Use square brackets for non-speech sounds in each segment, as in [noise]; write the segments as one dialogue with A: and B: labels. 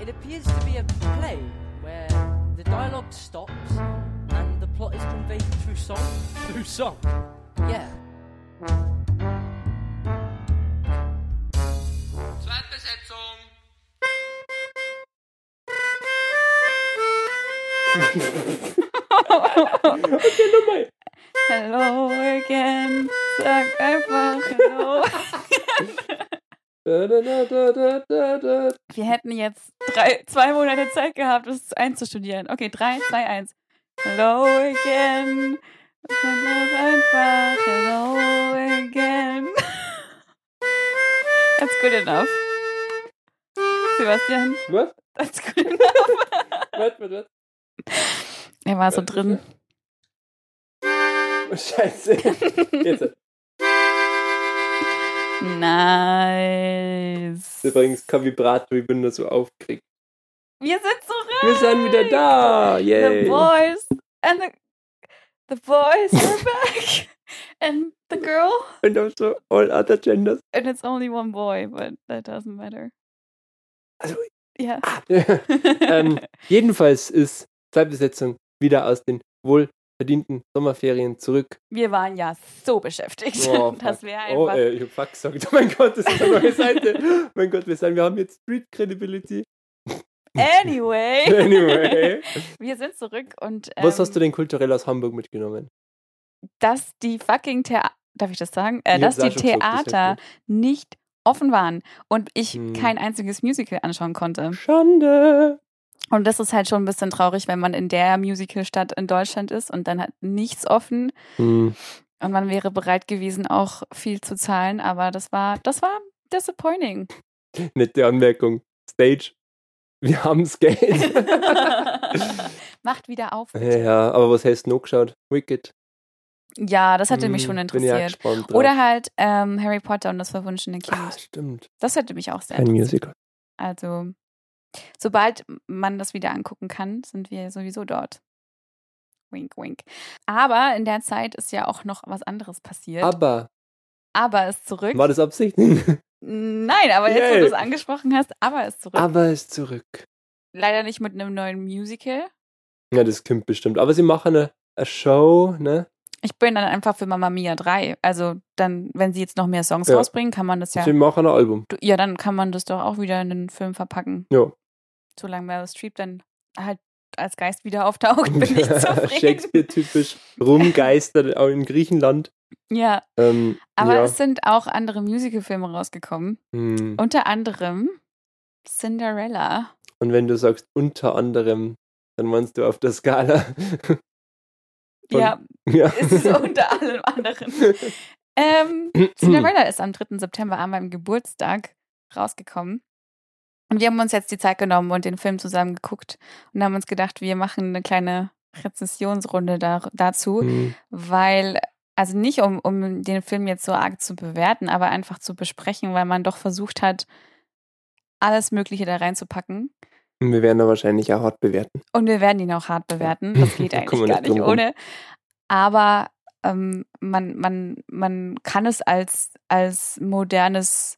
A: It appears to be a play where the dialogue stops and the plot is conveyed through song. Through song? Yeah.
B: Zweitbesetzung.
C: Hello again. Sag einfach Hello.
D: Da, da, da, da, da, da, da.
C: [laughs] Wir hätten jetzt drei, zwei Monate Zeit gehabt, das einzustudieren. Okay, drei, zwei, eins. Hello again. Sag doch einfach Hello again. [laughs] That's good enough. Sebastian,
D: Was?
C: that's good enough.
D: Was? Was? Was?
C: Er war so drin.
D: Oh, Scheiße. Jetzt.
C: Nice.
D: Übrigens, kein Vibrato, ich bin nur so aufgeregt.
C: Wir sind zurück.
D: Wir sind wieder da.
C: The
D: Yay.
C: boys and the the boys are back, [laughs] and the girl.
D: Und auch so all other genders.
C: And it's only one boy, but that doesn't matter.
D: Also-
C: yeah. [laughs]
D: Ähm, jedenfalls ist Zeitbesetzung wieder aus den wohlverdienten Sommerferien
C: [laughs]
D: zurück.
C: wir waren ja so beschäftigt,
D: Oh,
C: [laughs] dass
D: fuck.
C: wir
D: Oh,
C: einfach.
D: äh, ich hab fuck gesagt. Oh mein Gott, das ist eine neue Seite. mein Gott, wir sagen, wir haben jetzt Street
C: [laughs]
D: Credibility.
C: Anyway.
D: [laughs] Anyway.
C: [laughs] wir sind zurück und. Ähm,
D: Was hast du denn kulturell aus Hamburg mitgenommen?
C: Dass die fucking Theater. Darf ich das sagen? Äh,
D: Ich
C: dass die
D: hab's auch schon gesagt, das
C: Theater nicht offen waren und ich
D: Hm.
C: kein einziges Musical anschauen konnte.
D: Schande.
C: Und das ist halt schon ein bisschen traurig, wenn man in der Musical-Stadt in Deutschland ist und dann hat nichts offen
D: Hm.
C: und man wäre bereit gewesen, auch viel zu zahlen, aber das war, das war disappointing.
D: Nette Anmerkung. Stage. Wir haben's Geld.
C: [laughs] Macht wieder auf. bitte.
D: ja, aber was hast du noch geschaut? Wicked.
C: Ja, das hätte mich
D: Hm,
C: schon
D: Bin ich auch
C: interessiert.
D: gespannt drauf.
C: Oder halt ähm, Harry Potter und das verwunschene
D: Ah,
C: Kind.
D: stimmt.
C: Das hätte mich auch sehr
D: Ein
C: interessiert.
D: Musical.
C: Also, sobald man das wieder angucken kann, sind wir sowieso dort. Wink, wink. Aber in der Zeit ist ja auch noch was anderes passiert.
D: Aber
C: aber ist zurück.
D: war das Absicht?
C: Nein, aber jetzt, wo
D: Yay.
C: du es angesprochen hast, aber ist zurück.
D: aber ist zurück.
C: Leider nicht mit einem neuen Musical.
D: Ja, das kommt bestimmt. Aber sie machen eine, eine Show, ne?
C: Ich bin dann einfach für Mamma Mia 3. Also dann, wenn sie jetzt noch mehr Songs
D: Ja.
C: rausbringen, kann man das ja.
D: Sie machen ein Album.
C: Du- Ja, dann kann man das doch auch wieder in den Film verpacken.
D: Ja.
C: Solange Meryl Streep dann halt als Geist wieder
D: [laughs]
C: auftaucht, bin ich zufrieden.
D: Shakespeare-typisch rumgeistert, auch in Griechenland.
C: ja,
D: Ähm,
C: aber
D: ja.
C: es sind auch andere Musical-Filme rausgekommen.
D: Hm.
C: Unter anderem Cinderella.
D: Und wenn du sagst unter anderem, dann meinst du auf der Skala. [laughs] Von-
C: ja,
D: ja.
C: ist es
D: [clears throat]
C: unter allem anderen.
D: [laughs]
C: Ähm, Cinderella ist am 3. September an meinem Geburtstag rausgekommen. Und wir haben uns jetzt die Zeit genommen und den Film zusammen geguckt und haben uns gedacht, wir machen eine kleine Rezessionsrunde da, dazu,
D: Hm.
C: weil, also nicht um, um den Film jetzt so arg zu bewerten, aber einfach zu besprechen, weil man doch versucht hat, alles Mögliche da reinzupacken.
D: Und Wir werden da wahrscheinlich auch hart bewerten.
C: Und wir werden ihn auch hart
D: [laughs]
C: bewerten. Das geht
D: Da kommen
C: eigentlich
D: wir nicht
C: gar nicht
D: drum rum.
C: ohne. Aber ähm, man, man, man kann es als, als modernes,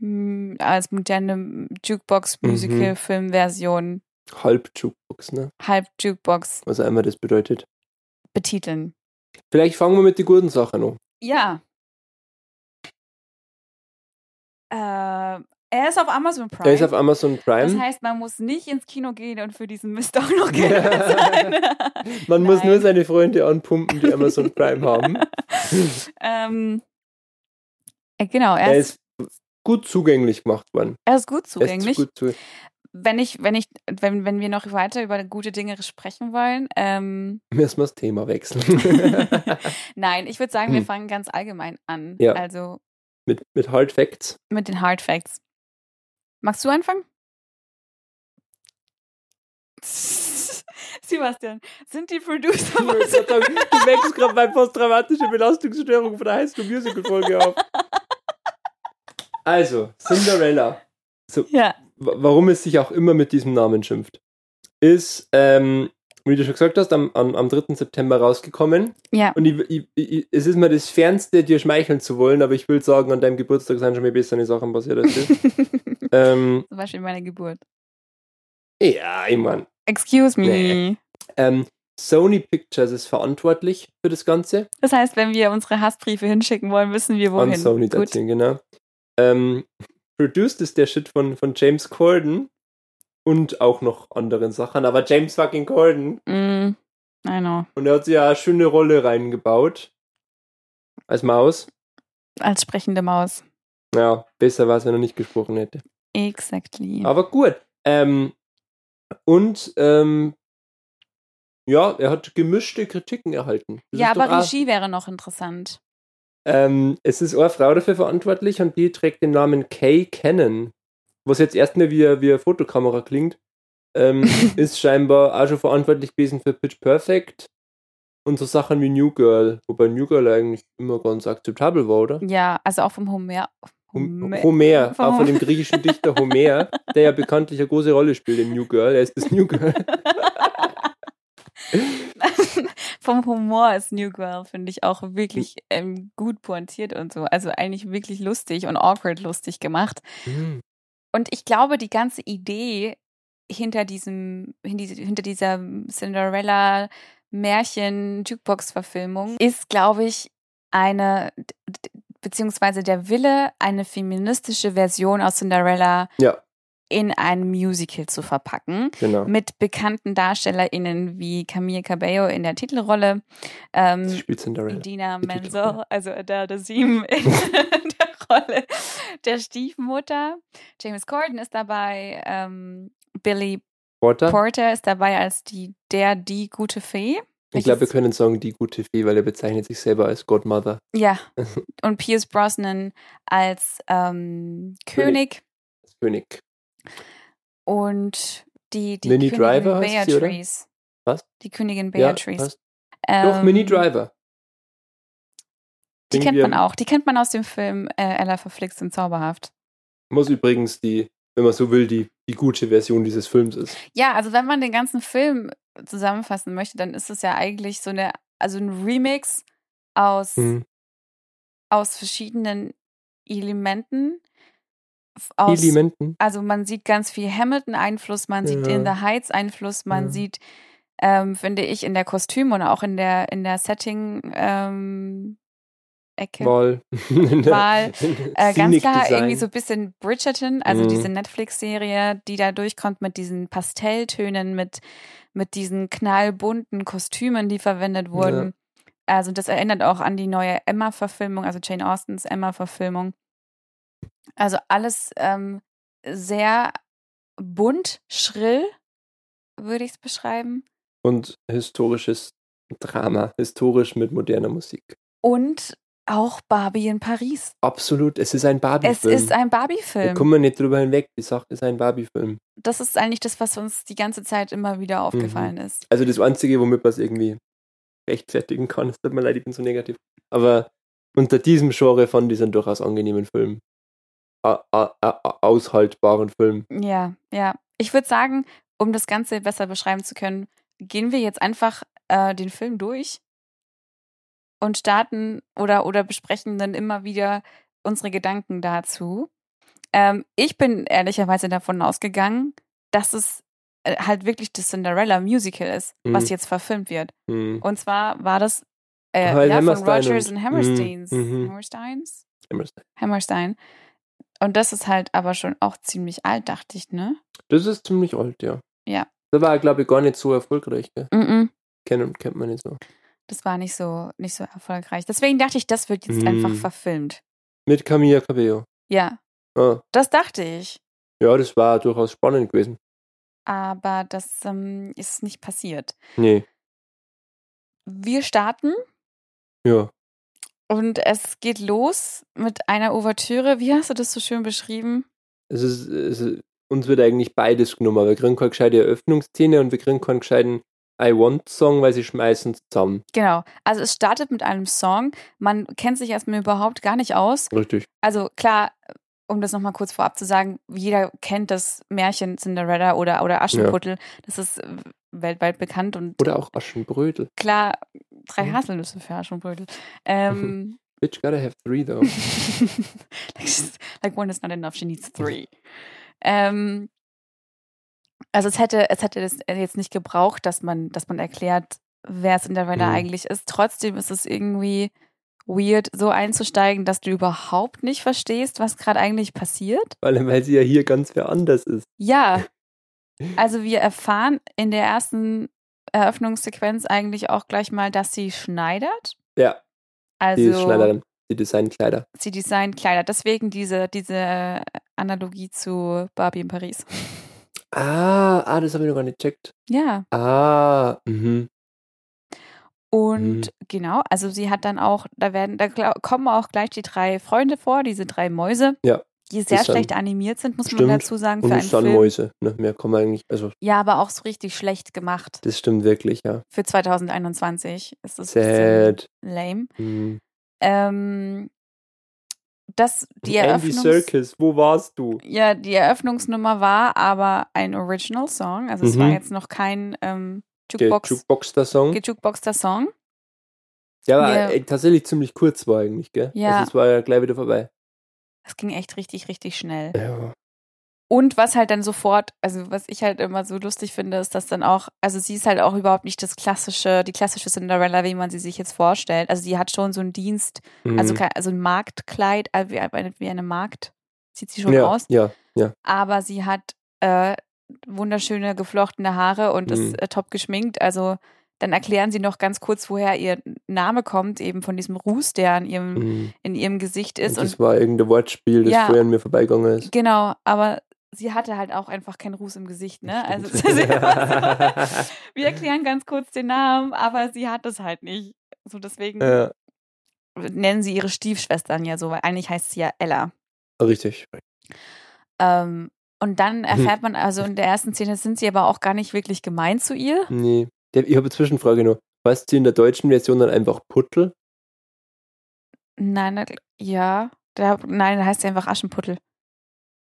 C: mm, als moderne
D: Mhm.
C: Jukebox-Musical-Film-Version,
D: Halb Jukebox, ne?
C: halb Jukebox
D: Was auch immer das bedeutet.
C: betiteln.
D: Vielleicht fangen wir mit den guten Sachen an.
C: Ja. Äh, er ist auf Amazon Prime.
D: Er ist auf Amazon Prime.
C: das heißt, man muss nicht ins Kino gehen und für diesen Mist auch
D: [laughs]
C: noch Geld bezahlen. [laughs]
D: Man muss nur
C: Nein.
D: seine Freunde anpumpen, die
C: [laughs]
D: Amazon Prime haben.
C: ähm, äh, genau, er,
D: Er
C: ist,
D: ist gut zugänglich gemacht worden.
C: er ist gut
D: Er ist
C: zugänglich.
D: gut zu,
C: Wenn ich, wenn ich, wenn, wenn wir noch weiter über gute Dinge sprechen wollen, ähm,
D: müssen wir das Thema
C: [laughs]
D: wechseln.
C: nein, ich würde sagen, wir
D: Hm.
C: fangen ganz allgemein an.
D: Ja.
C: Also
D: mit, mit Hard Facts.
C: mit den Hard Facts. Magst du anfangen? [laughs] Sebastian, sind die Producer
D: Du wächst gerade meine posttraumatische Belastungsstörung von der High School Musical Folge auf. Also, Cinderella.
C: Ja,
D: wa- warum es sich auch immer mit diesem Namen schimpft, ist, ähm, wie du schon gesagt hast, am, am, am 3. September rausgekommen.
C: ja,
D: Und ich, ich, ich, es ist mir das Fernste, dir schmeicheln zu wollen, aber ich will
C: [laughs]
D: sagen, an deinem Geburtstag sind schon mehr bessere Sachen passiert als das.
C: zum
D: ähm,
C: Beispiel meine Geburt.
D: Ja, ich mein.
C: Excuse me.
D: Nee. Ähm, Sony Pictures ist verantwortlich für das Ganze.
C: Das heißt, wenn wir unsere Hassbriefe hinschicken wollen, wissen wir wohin.
D: An Sony
C: Gut.
D: Dazien, genau. Ähm, produced ist der Shit von, von James Corden und auch noch anderen Sachen, aber James fucking Corden.
C: Mm, I know.
D: Und er hat sich ja eine schöne Rolle reingebaut. Als Maus.
C: Als sprechende Maus.
D: Ja, besser war es, wenn er nicht gesprochen hätte.
C: Exactly.
D: Aber gut. Ähm, und ähm, ja, er hat gemischte Kritiken erhalten. Das
C: ja,
D: ist doch
C: aber
D: auch-
C: Regie wäre noch interessant.
D: Ähm, es ist eine Frau dafür verantwortlich und die trägt den Namen Kay Cannon. Was jetzt erstmal wie, eine- wie eine Fotokamera klingt, ähm, ist scheinbar auch schon verantwortlich gewesen für Pitch Perfect und so Sachen wie New Girl. Wobei New Girl eigentlich immer ganz akzeptabel war, oder?
C: Ja, also auch vom Homer.
D: Hom
C: Homer-
D: Homer,
C: äh, [laughs] Vom
D: auch von dem griechischen Dichter Homer, der ja bekanntlich eine große Rolle spielt in New Girl. Er ist das New Girl.
C: vom Humor ist New Girl, finde ich, auch wirklich ähm, gut pointiert und so. Also eigentlich wirklich lustig und awkward lustig gemacht. Und ich glaube, die ganze Idee hinter diesem, hin- diese- hinter dieser Cinderella Märchen Jukebox Verfilmung ist, glaube ich, eine, d- d- beziehungsweise der Wille, eine feministische Version aus Cinderella
D: Ja.
C: in ein Musical zu verpacken
D: Genau.
C: mit bekannten DarstellerInnen wie Camille Cabello in der Titelrolle,
D: Sie
C: ähm,
D: spielt Cinderella.
C: Idina
D: Die Titelrolle.
C: Menzel, also Adele
D: [laughs]
C: Dazeem in der Rolle der Stiefmutter, James Corden ist dabei, ähm, Billy
D: Porter?
C: Porter ist dabei als die, der, die gute Fee.
D: ich glaube, wir können sagen, die gute Fee, weil er bezeichnet sich selber als Godmother.
C: Ja,
D: [laughs]
C: und Pierce Brosnan als ähm, König
D: Als König.
C: und die, die
D: Minnie
C: Königin
D: Driver heißt sie, oder?
C: Beatrice.
D: Was?
C: Die Königin
D: Ja,
C: Beatrice.
D: passt. Doch, Mini
C: Ähm,
D: Driver.
C: Die
D: Singen
C: kennt
D: wir-
C: man auch. Die kennt man aus dem Film äh, Ella verflixt und zauberhaft.
D: Was übrigens die, wenn man so will, die, die gute Version dieses Films ist.
C: Ja, also wenn man den ganzen Film zusammenfassen möchte, dann ist es ja eigentlich so eine, also ein Remix aus,
D: Mhm.
C: aus verschiedenen Elementen. F- Aus,
D: Elementen.
C: also man sieht ganz viel Hamilton-Einfluss, man sieht
D: Ja.
C: In the Heights-Einfluss, man
D: Ja.
C: sieht, ähm, finde ich, in der Kostüm und auch in der, in der ähm, Setting-Ecke.
D: Wahl.
C: [laughs]
D: [laughs]
C: Wahl. äh, ganz
D: Scenic
C: klar
D: Design.
C: irgendwie so ein bisschen Bridgerton, also
D: Mhm.
C: diese Netflix-Serie, die da durchkommt mit diesen Pastelltönen, mit, mit diesen knallbunten Kostümen, die verwendet wurden. Also das erinnert auch an die neue Emma-Verfilmung, also Jane Austens Emma-Verfilmung. Also alles ähm, sehr bunt, schrill, würde ich es beschreiben.
D: Und historisches Drama. Historisch mit moderner Musik.
C: Und auch Barbie in Paris.
D: Absolut, es ist ein
C: Es
D: Barbie-Film.
C: ist ein
D: Da
C: Barbie-Film.
D: kommen wir nicht drüber hinweg. Die Sache ist ein Barbie-Film.
C: das ist eigentlich das, was uns die ganze Zeit immer
D: Mhm.
C: wieder aufgefallen ist.
D: Also das Einzige, womit man es irgendwie rechtfertigen kann, es tut mir leid, ich bin so negativ. Aber unter diesem Genre fand ich es einen durchaus angenehmen Film. A, a, a, a, aushaltbaren Film.
C: Ja, ja. Ich würde sagen, um das Ganze besser beschreiben zu können, gehen wir jetzt einfach äh, den Film durch und starten oder, oder besprechen dann immer wieder unsere Gedanken dazu. Ähm, ich bin ehrlicherweise davon ausgegangen, dass es äh, halt wirklich das Cinderella Musical ist, was
D: Mhm.
C: jetzt verfilmt wird.
D: Hm.
C: Und zwar war das äh,
D: Weil
C: ja, von
D: Hammerstein
C: Rogers
D: und-
C: und Hammersteins.
D: Mhm, mhm.
C: Hammersteins?
D: Hammerstein.
C: Hammerstein. Und das ist halt aber schon auch ziemlich alt, dachte ich, ne?
D: Das ist ziemlich alt, ja.
C: Ja.
D: Da war er, glaube ich, gar nicht so erfolgreich. Gell?
C: Mm-mm.
D: Kennen kennt man nicht so.
C: Das war nicht so, nicht so erfolgreich. Deswegen dachte ich, das wird jetzt
D: Mm.
C: einfach verfilmt.
D: Mit Camilla Cabello.
C: Ja,
D: Ah,
C: das dachte ich.
D: ja, das war durchaus spannend gewesen.
C: Aber das ähm, ist nicht passiert.
D: Nee,
C: Wir starten
D: ja.
C: und es geht los mit einer Ouvertüre. Wie hast du das so schön beschrieben?
D: Es ist, es ist, uns wird eigentlich beides genommen. aber Wir kriegen keine gescheite Eröffnungsszene und wir kriegen keinen gescheiten I Want Song, weil sie schmeißen zusammen.
C: Genau. Also es startet mit einem Song. Man kennt sich erstmal überhaupt gar nicht aus.
D: Richtig.
C: Also klar, um das nochmal kurz vorab zu sagen, jeder kennt das Märchen Cinderella oder, oder Aschenputtel. Das ist äh, weltweit bekannt und
D: Oder auch Aschenbrödel.
C: klar, drei
D: Mhm.
C: Haselnüsse für Aschenputtel.
D: [laughs]
C: Ähm, [laughs]
D: Bitch, gotta have three though. [laughs]
C: like, she's- like one is not enough, she needs three. Ähm, Also es hätte, es hätte das jetzt nicht gebraucht, dass man, dass man erklärt, wer Cinderella
D: Mhm.
C: eigentlich ist. Trotzdem ist es irgendwie weird, so einzusteigen, dass du überhaupt nicht verstehst, was gerade eigentlich passiert.
D: Vor allem, weil sie ja hier ganz wer anders ist.
C: Ja. Also wir erfahren in der ersten Eröffnungssequenz eigentlich auch gleich mal, dass sie schneidert.
D: Ja,
C: Also
D: die ist Schneiderin. Die designt Kleider.
C: sie designt Kleider. Deswegen diese, diese Analogie zu Barbie in Paris. [laughs]
D: Ah, ah, das habe ich noch gar nicht gecheckt.
C: Ja.
D: Ah, mhm.
C: Und
D: Mhm.
C: genau, also sie hat dann auch, da werden, da gla- kommen auch gleich die drei Freunde vor, diese drei Mäuse.
D: Ja.
C: Die sehr
D: Ist dann-
C: schlecht animiert sind, muss
D: Stimmt.
C: man dazu sagen,
D: Und
C: für einen
D: es sind
C: Film.
D: Mäuse. Ne? Mehr kann man eigentlich, also
C: Ja, aber auch so richtig schlecht gemacht.
D: das stimmt wirklich, ja.
C: Für 2021 ist das ein
D: Sad.
C: bisschen lame.
D: Mhm.
C: Ähm, das, die
D: Andy
C: Eröffnungs
D: Serkis, wo warst du?
C: ja, die Eröffnungsnummer war aber ein Original Song. Also es war
D: Mhm.
C: jetzt noch kein ähm,
D: Der
C: Jukebox,
D: Jukeboxer-Song.
C: gejukeboxter Song.
D: Ja, aber
C: Ja.
D: äh, tatsächlich ziemlich kurz war eigentlich, gell?
C: Ja.
D: Also es war ja gleich wieder vorbei.
C: Das ging echt richtig, richtig schnell.
D: Ja.
C: Und was halt dann sofort, also was ich halt immer so lustig finde, ist, dass dann auch, also sie ist halt auch überhaupt nicht das klassische, die klassische Cinderella, wie man sie sich jetzt vorstellt. Also sie hat schon so einen Dienst,
D: Mhm.
C: also kein- also ein Marktkleid, äh, wie eine, wie eine Markt, sieht sie schon
D: ja,
C: aus.
D: Ja,
C: Aber sie hat äh, wunderschöne geflochtene Haare und
D: Mhm.
C: ist äh, top geschminkt. Also dann erklären sie noch ganz kurz, woher ihr Name kommt, eben von diesem Ruß, der an ihrem,
D: Mhm.
C: in ihrem Gesicht
D: Und
C: ist. Und
D: das war irgendein Wortspiel, das
C: Ja.
D: vorher an mir vorbeigegangen ist.
C: Genau, aber sie hatte halt auch einfach keinen Ruß im Gesicht, [laughs] ne? Also [laughs] es ist immer
D: [laughs]
C: so,
D: Stimmt.
C: wir erklären ganz kurz den Namen, aber sie hat es halt nicht. So deswegen
D: ja,
C: nennen sie ihre Stiefschwestern ja so, weil eigentlich heißt sie ja Ella.
D: richtig.
C: Ähm, und
D: Mhm.
C: dann erfährt man, also in der ersten Szene sind sie aber auch gar nicht wirklich gemein zu ihr.
D: Nee. Der- Ich habe eine Zwischenfrage noch. Heißt sie in der deutschen Version dann einfach Puttel?
C: Nein, na- ja. Da, nein, da heißt sie einfach Aschenputtel.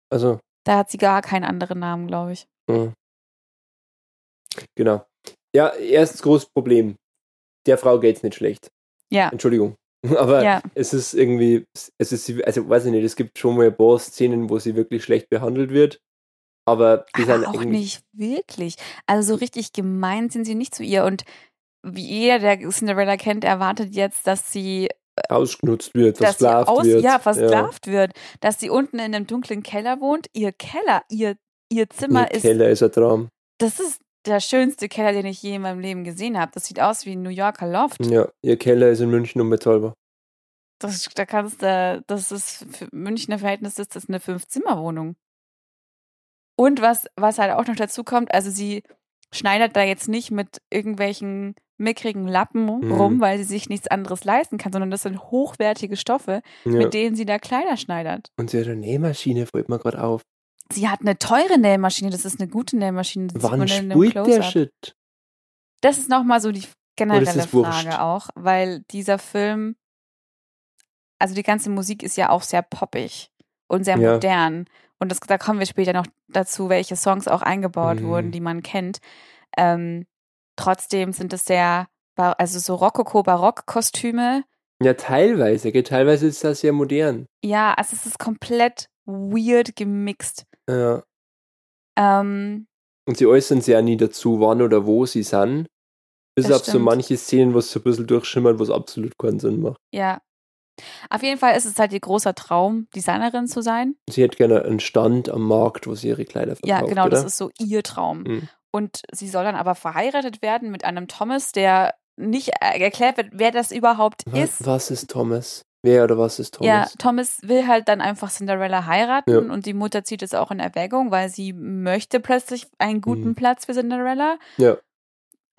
D: Also,
C: Da hat sie gar keinen anderen Namen, glaube ich.
D: mhm. genau. Ja, erstes großes Problem. Der Frau geht's nicht schlecht.
C: Ja.
D: Entschuldigung. [laughs] Aber
C: Ja.
D: es ist irgendwie, es ist, sie- also weiß ich nicht, es gibt schon mal ein paar Szenen, wo sie wirklich schlecht behandelt wird. Aber die sind
C: Aber auch
D: irgendwie-
C: nicht wirklich. Also so richtig gemein sind sie nicht zu ihr. Und wie jeder, der Cinderella kennt, erwartet jetzt, dass sie,
D: ausgenutzt wird,
C: äh, dass sie
D: versklavt
C: aus,
D: wird.
C: ja, versklavt wird, dass sie unten in einem dunklen Keller wohnt. Ihr Keller, ihr, ihr Zimmer
D: Ihr
C: ist,
D: Keller ist ein Traum.
C: das ist der schönste Keller, den ich je in meinem Leben gesehen habe. Das sieht aus wie ein New Yorker Loft.
D: Ja, ihr Keller ist in München um unbezahlbar.
C: Das, da kannst du, das ist für Münchner Verhältnis ist das eine Fünf-Zimmer-Wohnung. Und was, was halt auch noch dazu kommt, also sie schneidert da jetzt nicht mit irgendwelchen mickrigen Lappen
D: Mhm.
C: rum, weil sie sich nichts anderes leisten kann, sondern das sind hochwertige Stoffe,
D: Ja.
C: mit denen sie da Kleider schneidert.
D: Und sie hat eine Nähmaschine, fällt mir gerade auf.
C: Sie hat eine teure Nähmaschine, das ist eine gute Nähmaschine. Das sieht
D: Wann
C: man in einem
D: spielt der
C: Close-Up.
D: Shit?
C: Das ist nochmal so die generelle
D: Oder ist es wurscht?
C: Frage auch, weil dieser Film, also die ganze Musik ist ja auch sehr poppig und sehr
D: Ja.
C: modern. Und das, da kommen wir später noch dazu, welche Songs auch eingebaut
D: Mhm.
C: wurden, die man kennt. Ähm, trotzdem sind es sehr, ba- also so Rokoko-Barock-Kostüme.
D: Ja, teilweise. Gell? Teilweise ist das ja modern.
C: Ja, also es ist komplett weird gemixt.
D: Ja.
C: Ähm,
D: Und sie äußern sich ja nie dazu, wann oder wo sie sind. Bis
C: Das
D: auf so
C: stimmt.
D: manche Szenen, wo es so ein bisschen durchschimmert, wo es absolut keinen Sinn macht.
C: ja. Auf jeden Fall ist es halt ihr großer Traum, Designerin zu sein.
D: Sie hätte gerne einen Stand am Markt, wo sie ihre Kleider verkauft.
C: Ja, genau,
D: oder?
C: das ist so ihr Traum.
D: Mhm.
C: Und sie soll dann aber verheiratet werden mit einem Thomas, der nicht äh, erklärt wird, wer das überhaupt
D: Wa-
C: ist.
D: Was ist Thomas? Wer oder was ist Thomas?
C: Ja, Thomas will halt dann einfach Cinderella heiraten
D: Ja.
C: und die Mutter zieht es auch in Erwägung, weil sie möchte plötzlich einen guten
D: Mhm.
C: Platz für Cinderella.
D: Ja.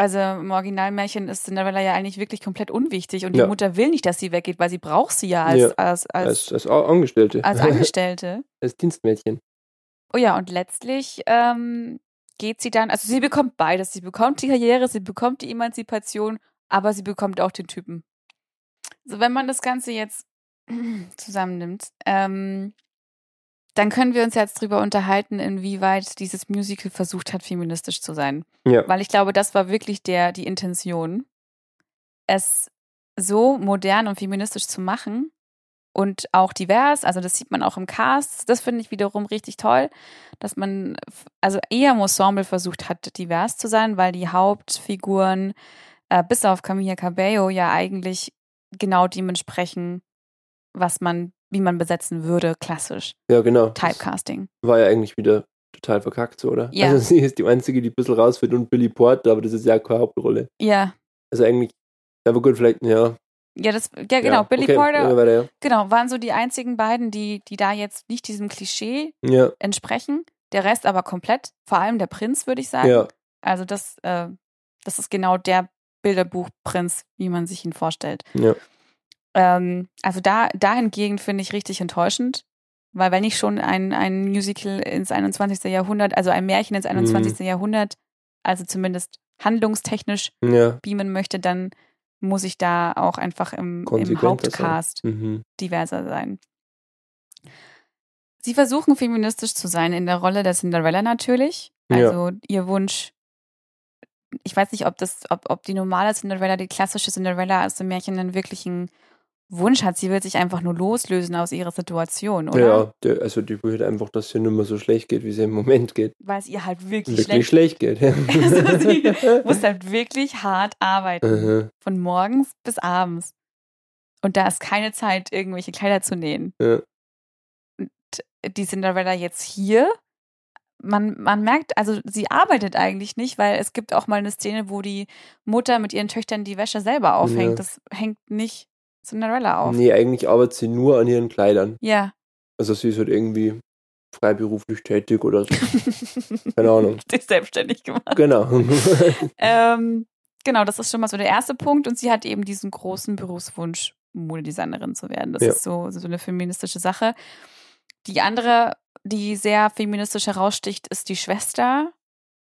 C: Also im Originalmärchen ist Cinderella ja eigentlich wirklich komplett unwichtig und die
D: Ja.
C: Mutter will nicht, dass sie weggeht, weil sie braucht sie ja als,
D: Ja.
C: als, als,
D: Als, als A- Angestellte. [laughs]
C: als Angestellte.
D: als Dienstmädchen.
C: Oh ja, und letztlich ähm, geht sie dann, also sie bekommt beides. Sie bekommt die Karriere, sie bekommt die Emanzipation, aber sie bekommt auch den Typen. So, wenn man das Ganze jetzt [clears throat] zusammennimmt, ähm, dann können wir uns jetzt drüber unterhalten, inwieweit dieses Musical versucht hat, feministisch zu sein.
D: Ja.
C: Weil ich glaube, das war wirklich der, die Intention, es so modern und feministisch zu machen, und auch divers. Also das sieht man auch im Cast. Das finde ich wiederum richtig toll, dass man f- also eher im Ensemble versucht hat, divers zu sein, weil die Hauptfiguren äh, bis auf Camilla Cabello ja eigentlich genau dementsprechend, was man, wie man besetzen würde, klassisch.
D: Ja, genau.
C: Typecasting.
D: Das War ja eigentlich wieder total verkackt, so, oder?
C: Ja.
D: Also [laughs] sie ist die einzige, die ein bisschen rausfällt und Billy Porter, aber das ist ja keine Hauptrolle.
C: Ja.
D: Also eigentlich, aber gut, vielleicht, ja.
C: Ja, das, ja
D: ja,
C: genau, Billy
D: okay, äh,
C: Porter,
D: Ja, weiter, ja.
C: genau, waren so die einzigen beiden, die, die da jetzt nicht diesem Klischee
D: Ja,
C: entsprechen. Der Rest aber komplett, vor allem der Prinz, würde ich sagen.
D: ja,
C: Also das, äh, das ist genau der Bilderbuchprinz, wie man sich ihn vorstellt.
D: Ja.
C: Ähm, also da, dahingegen finde ich richtig enttäuschend, weil wenn ich schon ein, ein Musical ins 21. Jahrhundert, also ein Märchen ins 21. Jahrhundert, also zumindest handlungstechnisch
D: ja.
C: beamen möchte, dann muss ich da auch einfach im, im
D: Konsequenter sein.
C: Hauptcast
D: Mhm.
C: diverser sein. Sie versuchen feministisch zu sein in der Rolle der Cinderella natürlich.
D: Ja.
C: Also ihr Wunsch, ich weiß nicht, ob das, ob, ob die normale Cinderella, die klassische Cinderella aus dem Märchen einen wirklichen Wunsch hat. Sie will sich einfach nur loslösen aus ihrer Situation, oder?
D: Ja, der, also die will einfach, dass es ihr nicht mehr so schlecht geht, wie es ihr im Moment geht.
C: Weil es ihr halt wirklich,
D: Wirklich
C: schlecht
D: schlecht, geht. ja.
C: [laughs]
D: [laughs]
C: Also sie muss halt wirklich hart arbeiten.
D: Aha,
C: Von morgens bis abends. Und da ist keine Zeit, irgendwelche Kleider zu nähen.
D: Ja.
C: Und die Cinderella jetzt hier, man, man merkt, also sie arbeitet eigentlich nicht, weil es gibt auch mal eine Szene, wo die Mutter mit ihren Töchtern die Wäsche selber aufhängt.
D: Ja.
C: Das hängt nicht Cinderella auf.
D: Nee, eigentlich arbeitet sie nur an ihren Kleidern. [laughs]
C: Ja. [laughs]
D: Also sie ist halt irgendwie freiberuflich tätig oder so. Keine
C: [laughs]
D: Ahnung.
C: Dich selbstständig gemacht. [laughs]
D: Genau.
C: Ähm, genau, das ist schon mal so der erste Punkt. Und sie hat eben diesen großen Berufswunsch, Modedesignerin zu werden. Das
D: Ja.
C: ist so, so eine feministische Sache. Die andere, die sehr feministisch heraussticht, ist die Schwester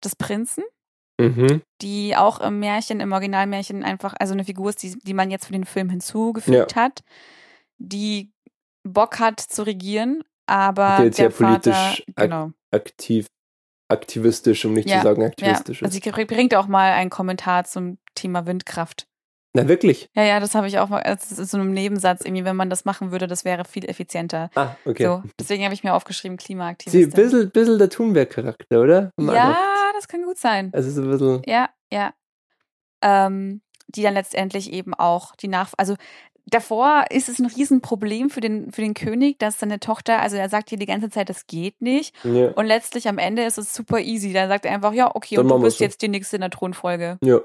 C: des Prinzen,
D: mhm.
C: die auch im Märchen, im Originalmärchen einfach, also eine Figur ist, die, die man jetzt für den Film hinzugefügt hat, die Bock hat zu regieren, aber
D: Die jetzt
C: der
D: sehr
C: Vater,
D: politisch ak-
C: genau.
D: Aktiv, aktivistisch, um nicht
C: Ja,
D: zu sagen
C: Ja,
D: aktivistisch.
C: also
D: ist.
C: sie bringt auch mal einen Kommentar zum Thema Windkraft.
D: Na wirklich?
C: Ja, ja, das habe ich auch mal, das ist so einem Nebensatz irgendwie, wenn man das machen würde, das wäre viel effizienter.
D: Ah, okay.
C: So, deswegen habe ich mir aufgeschrieben,
D: Sie ein
C: Klimaaktivistin.
D: bisschen, um, bisschen der Thunberg-Charakter, oder? Am Anfang.
C: ja, das kann gut sein.
D: Also so ein bisschen.
C: Ja, ja. Ähm, die dann letztendlich eben auch die Nach... Also davor ist es ein Riesenproblem für den, für den König, dass seine Tochter, also er sagt hier die ganze Zeit, das geht nicht.
D: Ja.
C: Und letztlich am Ende ist es super easy. Dann sagt er einfach, ja, okay,
D: Dann
C: und du
D: machen wir's
C: bist
D: so.
C: jetzt die nächste in der Thronfolge.
D: Ja.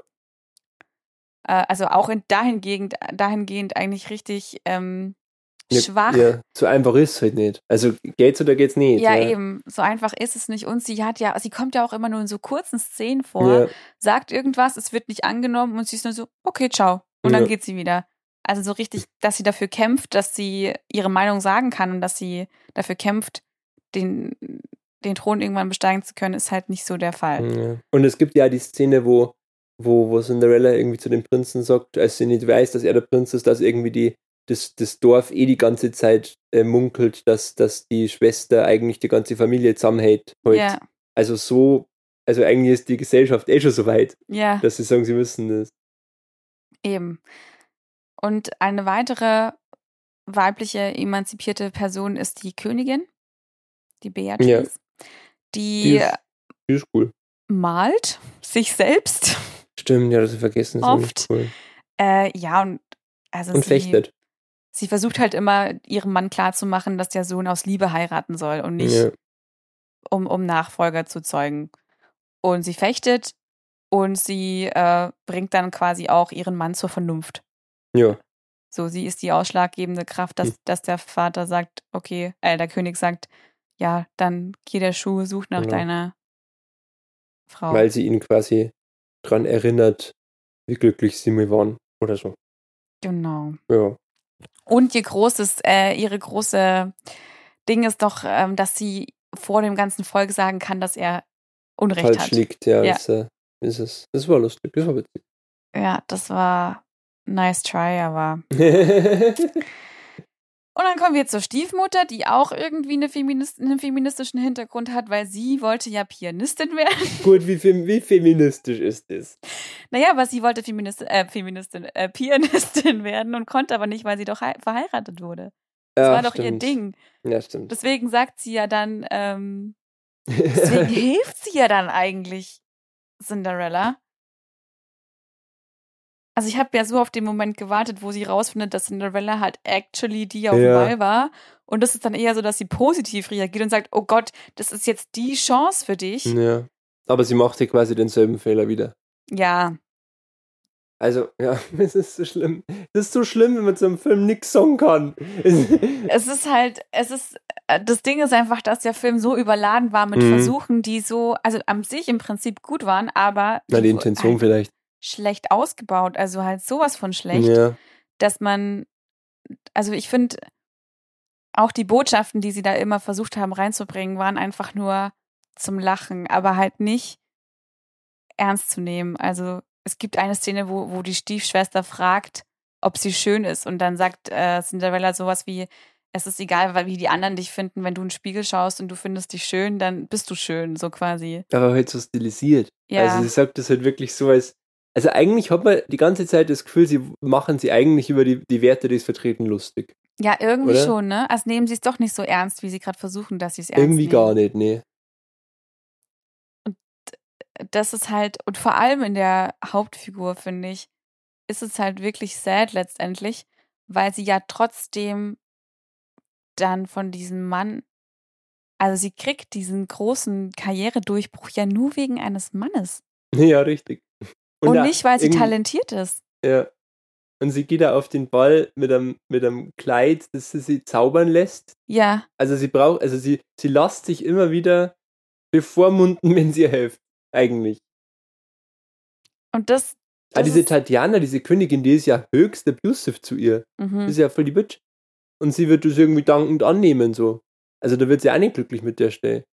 C: Äh, also auch in, dahingehend, dahingehend eigentlich richtig ähm,
D: Ja,
C: schwach.
D: Ja. So einfach ist es halt nicht. Also geht's oder geht's nicht?
C: Ja, eben. So einfach ist es nicht. Und sie hat ja, sie kommt ja auch immer nur in so kurzen Szenen vor,
D: Ja.
C: sagt irgendwas, es wird nicht angenommen und sie ist nur so, okay, ciao. Und dann
D: Ja.
C: geht sie wieder. Also so richtig, dass sie dafür kämpft, dass sie ihre Meinung sagen kann und dass sie dafür kämpft, den, den Thron irgendwann besteigen zu können, ist halt nicht so der Fall.
D: Ja. Und es gibt ja die Szene, wo, wo, wo Cinderella irgendwie zu dem Prinzen sagt, als sie nicht weiß, dass er der Prinz ist, dass irgendwie die, das, das Dorf eh die ganze Zeit äh, munkelt, dass, dass die Schwester eigentlich die ganze Familie zusammenhält. Halt.
C: Ja,
D: Also so, also eigentlich ist die Gesellschaft eh schon so weit,
C: ja,
D: dass sie sagen, sie müssen das.
C: eben. Und eine weitere weibliche emanzipierte Person ist die Königin, die Beatrice.
D: Ja.
C: Die,
D: ist, die ist cool.
C: malt sich selbst.
D: Stimmt, ja, das ist vergessen. Das
C: Oft.
D: Ist nämlich cool.
C: Äh, ja, und also
D: Und
C: sie,
D: fechtet.
C: sie versucht halt immer, ihrem Mann klarzumachen, dass der Sohn aus Liebe heiraten soll und nicht,
D: Ja.
C: um, um Nachfolger zu zeugen. Und sie fechtet und sie äh, bringt dann quasi auch ihren Mann zur Vernunft.
D: ja.
C: So, sie ist die ausschlaggebende Kraft, dass,
D: Hm.
C: dass der Vater sagt, okay, äh, der König sagt, ja, dann geh der Schuh, such nach
D: Genau.
C: deiner Frau.
D: Weil sie ihn quasi dran erinnert, wie glücklich sie mir waren. Oder so.
C: genau.
D: Ja.
C: Und ihr großes, äh, ihre große Ding ist doch, ähm, dass sie vor dem ganzen Volk sagen kann, dass er Unrecht
D: falsch
C: hat.
D: liegt, ja,
C: Ja.
D: Ist, äh, ist es. Das war lustig, das war
C: [laughs]
D: witzig.
C: Ja, das war nice try, aber. Und dann kommen wir zur Stiefmutter, die auch irgendwie eine Feminist einen feministischen Hintergrund hat, weil sie wollte ja Pianistin werden.
D: Gut, wie, fem wie feministisch ist das?
C: Naja, aber sie wollte [laughs] Feminist äh, Feministin, äh, Pianistin werden und konnte aber nicht, weil sie doch hei- verheiratet wurde. Das
D: Ja,
C: war doch ihr
D: stimmt.
C: Ding.
D: Ja, stimmt.
C: Deswegen sagt sie ja dann, ähm,
D: [laughs]
C: deswegen hilft sie ja dann eigentlich Cinderella. Also ich habe ja so auf den Moment gewartet, wo sie rausfindet, dass Cinderella halt actually die auf dem
D: Ja.
C: Ball war. Und das ist dann eher so, dass sie positiv reagiert und sagt, oh Gott, das ist jetzt die Chance für dich.
D: ja. Aber sie machte quasi denselben Fehler wieder.
C: Ja,
D: Also, ja, [laughs] es ist so schlimm. Es ist so schlimm, wenn man zu einem Film nichts sagen
C: [laughs]
D: kann. Es-
C: es ist halt, es ist, äh, das Ding ist einfach, dass der Film so überladen war mit
D: Mhm.
C: Versuchen, die so, also an sich im Prinzip gut waren, aber
D: Na, die
C: wo-
D: Intention
C: halt
D: vielleicht.
C: schlecht ausgebaut, also halt sowas von schlecht.
D: Ja.
C: dass man, also ich finde, auch die Botschaften, die sie da immer versucht haben reinzubringen, waren einfach nur zum Lachen, aber halt nicht ernst zu nehmen. Also es gibt eine Szene, wo, wo die Stiefschwester fragt, ob sie schön ist und dann sagt äh, Cinderella sowas wie, es ist egal, weil wie die anderen dich finden, wenn du in den Spiegel schaust und du findest dich schön, dann bist du schön, so quasi.
D: Aber halt so stilisiert.
C: Ja.
D: Also, sie sagt das halt wirklich so als. Also, eigentlich hat man die ganze Zeit das Gefühl, sie machen sie eigentlich über die, die Werte, die es vertreten, lustig.
C: ja, irgendwie
D: Oder?
C: schon, ne? Also nehmen sie es doch nicht so ernst, wie sie gerade versuchen, dass sie es ernst
D: Irgendwie
C: nehmen.
D: gar nicht, nee.
C: das ist halt, und vor allem in der Hauptfigur, finde ich, ist es halt wirklich sad letztendlich, weil sie ja trotzdem dann von diesem Mann, also sie kriegt diesen großen Karrieredurchbruch ja nur wegen eines Mannes
D: [laughs] Ja, richtig.
C: und,
D: da-
C: nicht, weil sie
D: irgendwie-
C: talentiert ist.
D: Ja. Und sie geht da auf den Ball mit einem, mit einem Kleid, das sie, sie zaubern lässt.
C: Ja,
D: Also sie braucht, also sie, sie lässt sich immer wieder bevormunden, [laughs] wenn sie hilft. Eigentlich.
C: und das,
D: Ah,
C: Das
D: diese
C: ist-
D: Tatjana, diese Königin, die ist ja höchst abusive zu ihr. Die
C: mhm.
D: ist ja voll die Bitch. Und sie wird das irgendwie dankend annehmen, so. Also da wird sie auch nicht glücklich mit der Stelle.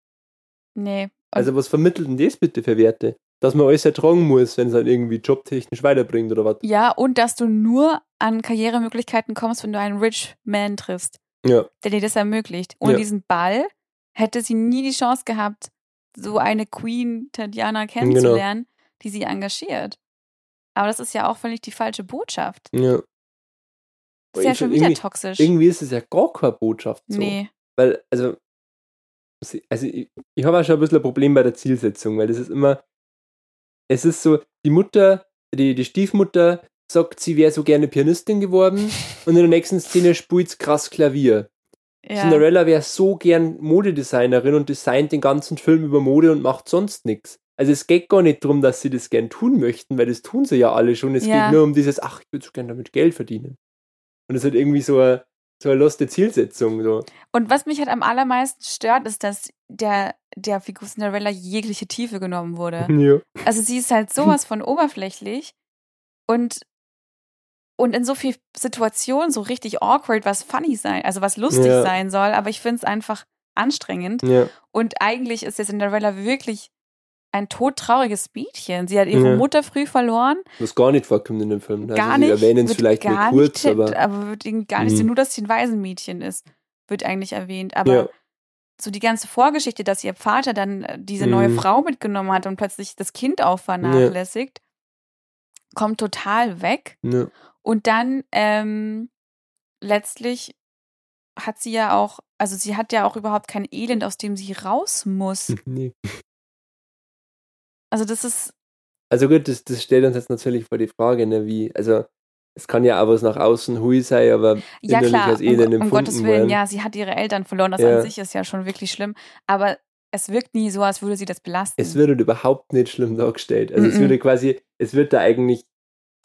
C: nee. Und
D: Also was vermittelt denn das bitte für Werte? Dass man alles ertragen muss, wenn es dann irgendwie jobtechnisch weiterbringt oder was.
C: ja, und dass du nur an Karrieremöglichkeiten kommst, wenn du einen Rich Man triffst.
D: Ja.
C: der dir das ermöglicht. Ohne
D: Ja.
C: diesen Ball hätte sie nie die Chance gehabt, so eine Queen Tatjana
D: Genau.
C: kennenzulernen, die sie engagiert. Aber das ist ja auch völlig die falsche Botschaft.
D: Ja.
C: Das ist ja
D: Ich
C: schon
D: find
C: wieder
D: irgendwie-
C: toxisch.
D: Irgendwie ist es ja gar keine Botschaft so.
C: Nee.
D: Weil, also, sie- also ich, ich habe auch schon ein bisschen ein Problem bei der Zielsetzung, weil das ist immer, es ist so, die Mutter, die, die Stiefmutter sagt, sie wäre so gerne Pianistin
C: [laughs]
D: geworden und in der nächsten Szene spielt sie krass Klavier.
C: Ja.
D: Cinderella wäre so gern Modedesignerin und designt den ganzen Film über Mode und macht sonst nichts. Also es geht gar nicht darum, dass sie das gern tun möchten, weil das tun sie ja alle schon. Es
C: Ja.
D: geht nur um dieses, ach, ich würde so gern damit Geld verdienen. Und es hat irgendwie so eine, so eine loste Zielsetzung. So.
C: Und was mich halt am allermeisten stört, ist, dass der, der Figur Cinderella jegliche Tiefe genommen wurde.
D: Ja.
C: Also sie ist halt sowas von oberflächlich und und in so viel Situationen so richtig awkward, was funny sein, also was lustig
D: Ja. Hm.
C: sein soll, aber ich finde es einfach anstrengend.
D: ja.
C: Und eigentlich ist jetzt Cinderella wirklich ein todtrauriges Mädchen. Sie hat ihre
D: Ja.
C: Mutter früh verloren,
D: Was gar nicht vorkommt in dem Film. Also
C: gar
D: sie
C: nicht.
D: erwähnen es
C: wird
D: vielleicht nur
C: gar
D: kurz,
C: nicht,
D: aber.
C: aber wird irgendwie gar nicht,
D: Mhm.
C: nur dass sie ein Waisenmädchen ist, wird eigentlich erwähnt. Aber
D: ja,
C: so die ganze Vorgeschichte, dass ihr Vater dann äh, diese neue
D: Mhm.
C: Frau mitgenommen hat und plötzlich das Kind auch vernachlässigt, kommt total weg.
D: ja.
C: Und dann ähm, letztlich hat sie ja auch, also sie hat ja auch überhaupt kein Elend, aus dem sie raus muss.
D: Nee.
C: Also das ist,
D: Also gut, das, das stellt uns jetzt natürlich vor die Frage, ne, wie, also es kann ja auch was nach außen hui sein, aber
C: ja
D: Innerlich
C: klar,
D: als Elend
C: um, um
D: empfunden
C: Gottes Willen,
D: worden.
C: ja, sie hat ihre Eltern verloren, das
D: Ja.
C: an sich ist ja schon wirklich schlimm, aber es wirkt nie so, als würde sie das belasten.
D: es wird halt überhaupt nicht schlimm dargestellt. Also es
C: Mhm.
D: würde quasi, es wird da eigentlich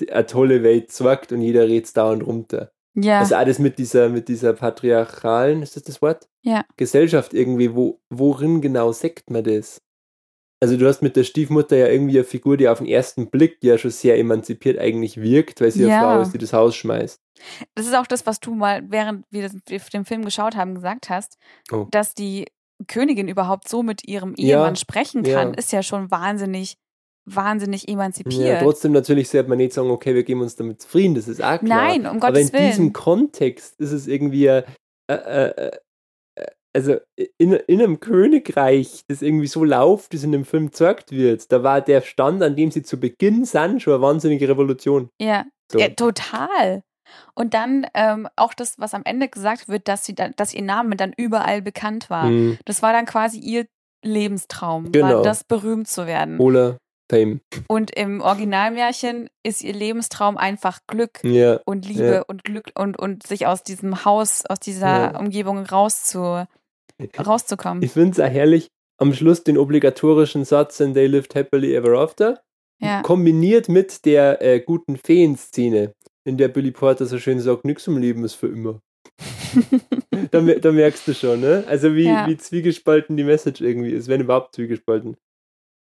D: die- eine tolle Welt zwackt und jeder redet dauernd runter.
C: ja,
D: Also alles mit dieser, mit dieser patriarchalen, ist das das Wort?
C: Ja.
D: Gesellschaft irgendwie, wo, worin genau sagt man das? Also du hast mit der Stiefmutter ja irgendwie eine Figur, die auf den ersten Blick ja schon sehr emanzipiert eigentlich wirkt, weil sie
C: Ja.
D: eine Frau ist, die das Haus schmeißt.
C: das ist auch das, was du mal, während wir das- wir den Film geschaut haben, gesagt hast,
D: Oh.
C: dass die Königin überhaupt so mit ihrem
D: Ja,
C: Ehemann sprechen
D: ja.
C: kann, ist ja schon wahnsinnig, wahnsinnig
D: Ja,
C: emanzipiert.
D: trotzdem natürlich sollte man nicht sagen, okay, wir geben uns damit zufrieden, das ist auch klar.
C: Nein, um
D: Aber in
C: Gottes Willen.
D: diesem Kontext ist es irgendwie, äh, äh, äh, äh, also in, in einem Königreich, das irgendwie so läuft, das in dem Film gezeigt wird, da war der Stand, an dem sie zu Beginn sind, schon eine wahnsinnige Revolution.
C: ja.
D: So.
C: Ja, total. Und dann ähm, auch das, was am Ende gesagt wird, dass, sie dann, dass ihr Name dann überall bekannt war.
D: Hm.
C: Das war dann quasi ihr Lebenstraum,
D: Genau. Oh.
C: war das berühmt zu werden.
D: Oder Fame.
C: Und im Originalmärchen ist ihr Lebenstraum einfach Glück
D: Ja.
C: und Liebe
D: Ja.
C: und Glück und, und sich aus diesem Haus, aus dieser
D: Ja.
C: Umgebung rauszu, rauszukommen.
D: Ich finde es auch herrlich, am Schluss den obligatorischen Satz, and they lived happily ever after,
C: Ja.
D: kombiniert mit der äh, guten Feen-Szene, in der Billy Porter so schön sagt, nix im Leben ist für
C: [laughs]
D: immer. da, mer- da merkst du schon, ne? Also wie,
C: Ja.
D: wie zwiegespalten die Message irgendwie ist, wenn überhaupt zwiegespalten.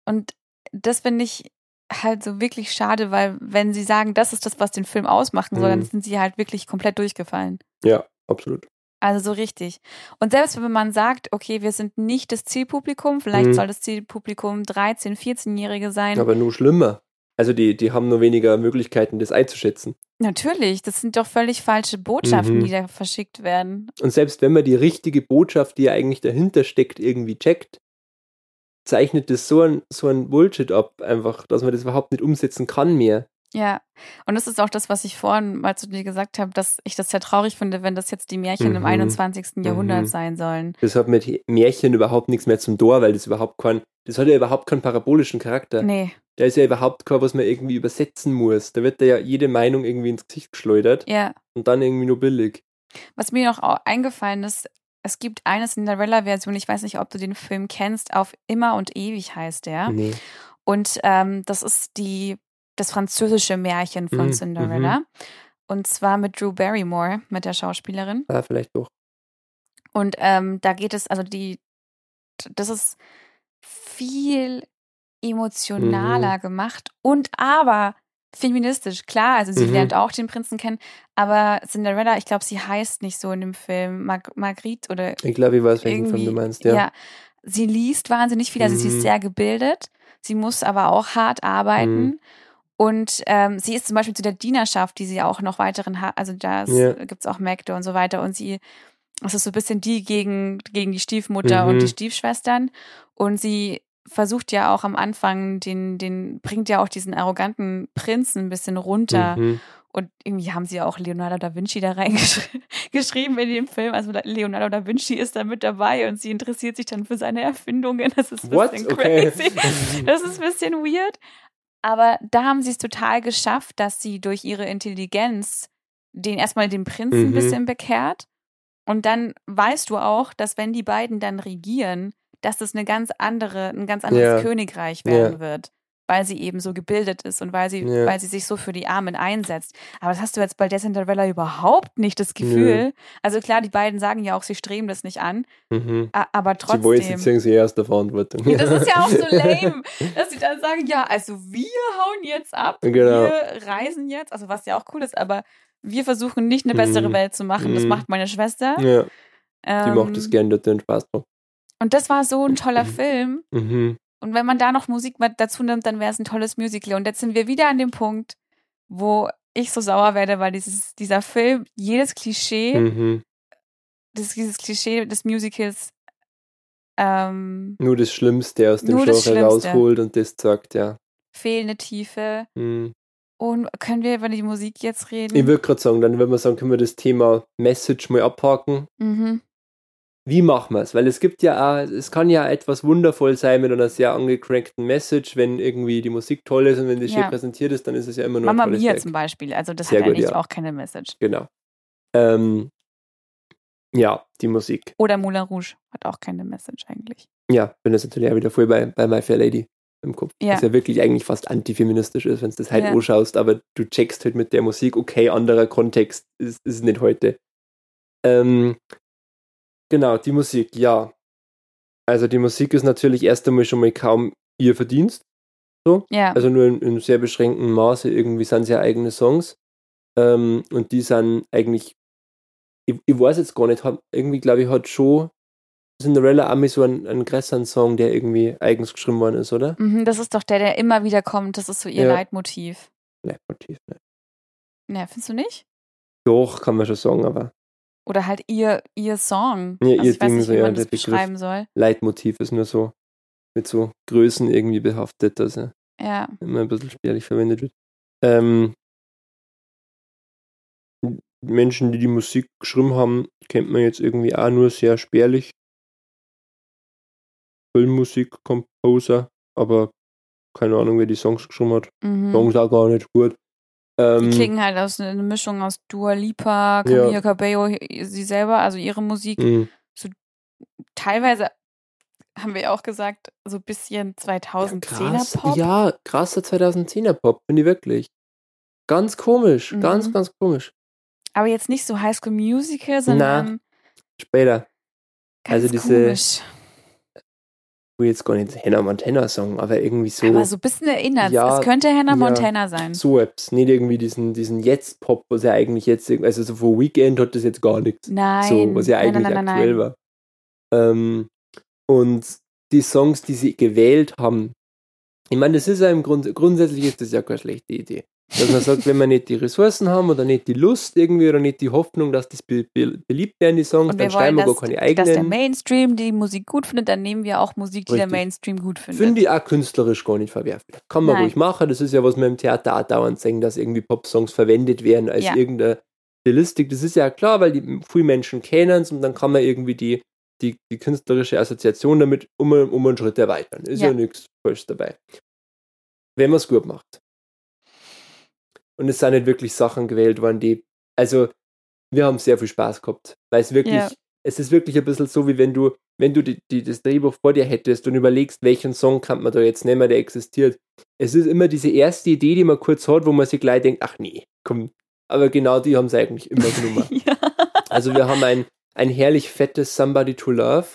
C: Und das finde ich halt so wirklich schade, weil wenn sie sagen, das ist das, was den Film ausmachen soll,
D: Mhm.
C: dann sind sie halt wirklich komplett durchgefallen.
D: Ja, absolut.
C: Also so richtig. Und selbst wenn man sagt, okay, wir sind nicht das Zielpublikum, vielleicht
D: Mhm.
C: soll das Zielpublikum 13, 14-Jährige sein.
D: Aber nur schlimmer. Also die, die haben nur weniger Möglichkeiten, das einzuschätzen.
C: Natürlich, das sind doch völlig falsche Botschaften,
D: Mhm.
C: die da verschickt werden.
D: Und selbst wenn man die richtige Botschaft, die ja eigentlich dahinter steckt, irgendwie checkt, zeichnet das so ein, so ein Bullshit ab, einfach, dass man das überhaupt nicht umsetzen kann mehr.
C: Ja, und das ist auch das, was ich vorhin mal zu dir gesagt habe, dass ich das sehr traurig finde, wenn das jetzt die Märchen im
D: Mhm.
C: 21. Jahrhundert
D: Mhm.
C: sein sollen.
D: Das hat mit Märchen überhaupt nichts mehr zum Tor, weil das überhaupt kein, das hat ja überhaupt keinen parabolischen Charakter.
C: Nee,
D: Da ist ja überhaupt kein, was man irgendwie übersetzen muss. Da wird da ja jede Meinung irgendwie ins Gesicht geschleudert
C: ja.
D: und dann irgendwie nur billig.
C: Was mir noch au- eingefallen ist, es gibt eine Cinderella-Version, ich weiß nicht, ob du den Film kennst, auf Immer und Ewig heißt der.
D: Nee.
C: Und ähm, das ist die, das französische Märchen von
D: Mhm,
C: Cinderella. Und zwar mit Drew Barrymore, mit der Schauspielerin.
D: Ah, vielleicht doch.
C: Und ähm, da geht es, also die, das ist viel emotionaler gemacht und aber feministisch, klar. Also sie
D: Mhm.
C: lernt auch den Prinzen kennen, aber Cinderella, ich glaube, sie heißt nicht so in dem Film Mar Marguerite oder
D: Ich glaube, ich weiß, welchen
C: irgendwie.
D: Film du meinst. Ja.
C: sie liest wahnsinnig viel, also sie
D: Mhm.
C: ist sehr gebildet, sie muss aber auch hart arbeiten.
D: Mhm.
C: Und ähm, sie ist zum Beispiel zu der Dienerschaft, die sie auch noch weiteren hat, also da
D: Ja.
C: gibt's auch Mägde und so weiter. Und sie, es ist so ein bisschen die gegen, gegen die Stiefmutter
D: Mhm.
C: und die Stiefschwestern. Und sie versucht ja auch am Anfang, den, den bringt ja auch diesen arroganten Prinzen ein bisschen runter.
D: Mhm.
C: Und irgendwie haben sie ja auch Leonardo da Vinci da reingeschrieben in dem Film. Also Leonardo da Vinci ist da mit dabei und sie interessiert sich dann für seine Erfindungen. Das ist ein
D: What?
C: bisschen
D: Okay.
C: crazy. Das ist ein bisschen weird. Aber da haben sie es total geschafft, dass sie durch ihre Intelligenz den erstmal den Prinzen ein
D: Mhm.
C: bisschen bekehrt. Und dann weißt du auch, dass wenn die beiden dann regieren, dass das eine ganz andere, ein ganz
D: Ja.
C: anderes Königreich
D: Ja.
C: werden wird. Weil sie eben so gebildet ist und weil sie,
D: Ja.
C: weil sie sich so für die Armen einsetzt. Aber das hast du jetzt bei der Cinderella überhaupt nicht das Gefühl. Also klar, die beiden sagen ja auch, sie streben das nicht an,
D: [laughs] Mhm.
C: a- aber
D: Sie wollen sie
C: trotzdem.
D: ziehen sie aus der Verantwortung.
C: Ja, [laughs] Das ist ja auch so
D: [laughs]
C: lame, ne? dass sie dann sagen, ja, also wir hauen jetzt ab,
D: Genau.
C: wir reisen jetzt, also was ja auch cool ist, aber wir versuchen nicht eine bessere
D: Mhm.
C: Welt zu machen. Das
D: Mhm.
C: macht meine Schwester.
D: ja, die
C: Ähm,
D: macht das gern, dort den Spaß drauf.
C: Und das war so ein toller
D: Mhm.
C: Film.
D: Mhm.
C: Und wenn man da noch Musik mit dazu nimmt, dann wäre es ein tolles Musical. Und jetzt sind wir wieder an dem Punkt, wo ich so sauer werde, weil dieses, dieser Film, jedes Klischee,
D: Mhm.
C: das, dieses Klischee des Musicals ähm,
D: Nur das Schlimmste aus dem
C: Nur das
D: Genre
C: Schlimmste.
D: rausholt und das sagt, ja.
C: fehlende Tiefe.
D: Mhm.
C: Und können wir über die Musik jetzt reden?
D: Ich würde gerade sagen, dann würde man sagen, können wir das Thema Message mal abhaken.
C: Mhm.
D: Wie machen wir es? Weil es gibt ja auch, es kann ja etwas wundervoll sein mit einer sehr angecrankten Message, wenn irgendwie die Musik toll ist und wenn die
C: Ja.
D: schön präsentiert ist, dann ist es ja immer nur
C: Mama
D: ein tolles
C: Mia
D: Werk.
C: zum Beispiel. Also das
D: Sehr
C: hat
D: gut,
C: eigentlich
D: ja.
C: auch keine Message.
D: Genau. Ähm, ja, die Musik.
C: Oder Moulin Rouge hat auch keine Message eigentlich.
D: Ja, bin das natürlich auch wieder voll bei, bei My Fair Lady im Kopf.
C: Ja.
D: Was ja wirklich eigentlich fast antifeministisch ist, wenn du das halt
C: Ja.
D: anschaust, aber du checkst halt mit der Musik, okay, anderer Kontext, ist, ist nicht heute. Ähm, genau, die Musik, ja. Also die Musik ist natürlich erst einmal schon mal kaum ihr Verdienst.
C: Ja,
D: Also nur in, in sehr beschränktem Maße. Irgendwie sind es ja eigene Songs. Ähm, und die sind eigentlich, ich, ich weiß jetzt gar nicht, hab, irgendwie glaube ich, hat schon Cinderella Ami so einen, einen größeren Song, der irgendwie eigens geschrieben worden ist, oder?
C: mhm, das ist doch der, der immer wieder kommt. Das ist so ihr
D: Ja.
C: Leitmotiv.
D: Leitmotiv, ne?
C: Ja, findest du nicht?
D: Doch, kann man schon sagen, aber
C: Oder halt ihr, ihr Song.
D: Ja,
C: also
D: ihr
C: ich weiß
D: Ding,
C: nicht,
D: so,
C: wie
D: ja,
C: man
D: der
C: das
D: Begriff.
C: beschreiben soll.
D: Leitmotiv ist nur so mit so Größen irgendwie behaftet, also. dass er
C: Ja.
D: immer ein bisschen spärlich verwendet wird. Ähm, Menschen, die die Musik geschrieben haben, kennt man jetzt irgendwie auch nur sehr spärlich. Filmmusik-Composer, aber keine Ahnung, wer die Songs geschrieben hat.
C: Mhm.
D: Songs auch gar nicht gut.
C: Die
D: Ähm,
C: klingen halt aus einer Mischung aus Dua Lipa,
D: Ja. Mhm.
C: Camila Cabello, sie selber, also ihre Musik.
D: mh.
C: Teilweise haben wir ja auch gesagt, so ein bisschen 2010er Pop.
D: Ja, krasser 2010er Pop, finde ich wirklich. Ganz komisch,
C: Mhm.
D: ganz, ganz komisch.
C: Aber jetzt nicht so High School Musical, sondern
D: Später,
C: ganz
D: also diese-
C: komisch.
D: wo jetzt gar nicht Hannah Montana Song, aber irgendwie so.
C: Aber so ein bisschen erinnert.
D: Ja,
C: es könnte Hannah
D: ja.
C: Montana sein.
D: so etwas, nicht irgendwie diesen, diesen Jetzt-Pop, was ja eigentlich jetzt, also so vor Weekend hat das jetzt gar nichts.
C: Nein.
D: So, was ja
C: nein,
D: eigentlich
C: nein, nein,
D: aktuell
C: nein.
D: war. Ähm, und die Songs, die sie gewählt haben, ich meine, das ist ja im Grund, grundsätzlich ist das ja keine schlechte Idee. Dass man sagt, wenn wir nicht die Ressourcen haben oder nicht die Lust irgendwie oder nicht die Hoffnung, dass das be be beliebt werden, die Songs,
C: Und wir
D: dann schreiben
C: wollen,
D: wir
C: dass,
D: gar keine
C: dass der
D: eigenen.
C: Mainstream die Musik gut findet, dann nehmen wir auch Musik, die der
D: Richtig.
C: Mainstream gut findet. [laughs]
D: Finde ich auch künstlerisch gar nicht verwerflich. Kann man
C: Nein.
D: ruhig machen. Das ist ja, was wir im Theater auch dauernd sehen, dass irgendwie Popsongs verwendet werden als
C: Ja.
D: irgendeine Stilistik. Das ist ja klar, weil die viele Menschen kennen es und dann kann man irgendwie die, die, die künstlerische Assoziation damit um, um einen Schritt erweitern. Ist ja,
C: Ja.
D: nichts falsch dabei. Wenn man es gut macht. Und es sind nicht wirklich Sachen gewählt worden, die. Also, wir haben sehr viel Spaß gehabt. Weil es wirklich,
C: Ja.
D: es ist wirklich ein bisschen so, wie wenn du, wenn du die, die, das Drehbuch vor dir hättest und überlegst, welchen Song kann man da jetzt nehmen, der existiert. Es ist immer diese erste Idee, die man kurz hat, wo man sich gleich denkt, ach nee, komm. Aber genau die haben sie eigentlich immer
C: [laughs]
D: genommen.
C: ja.
D: Also wir haben ein, ein herrlich fettes Somebody to Love,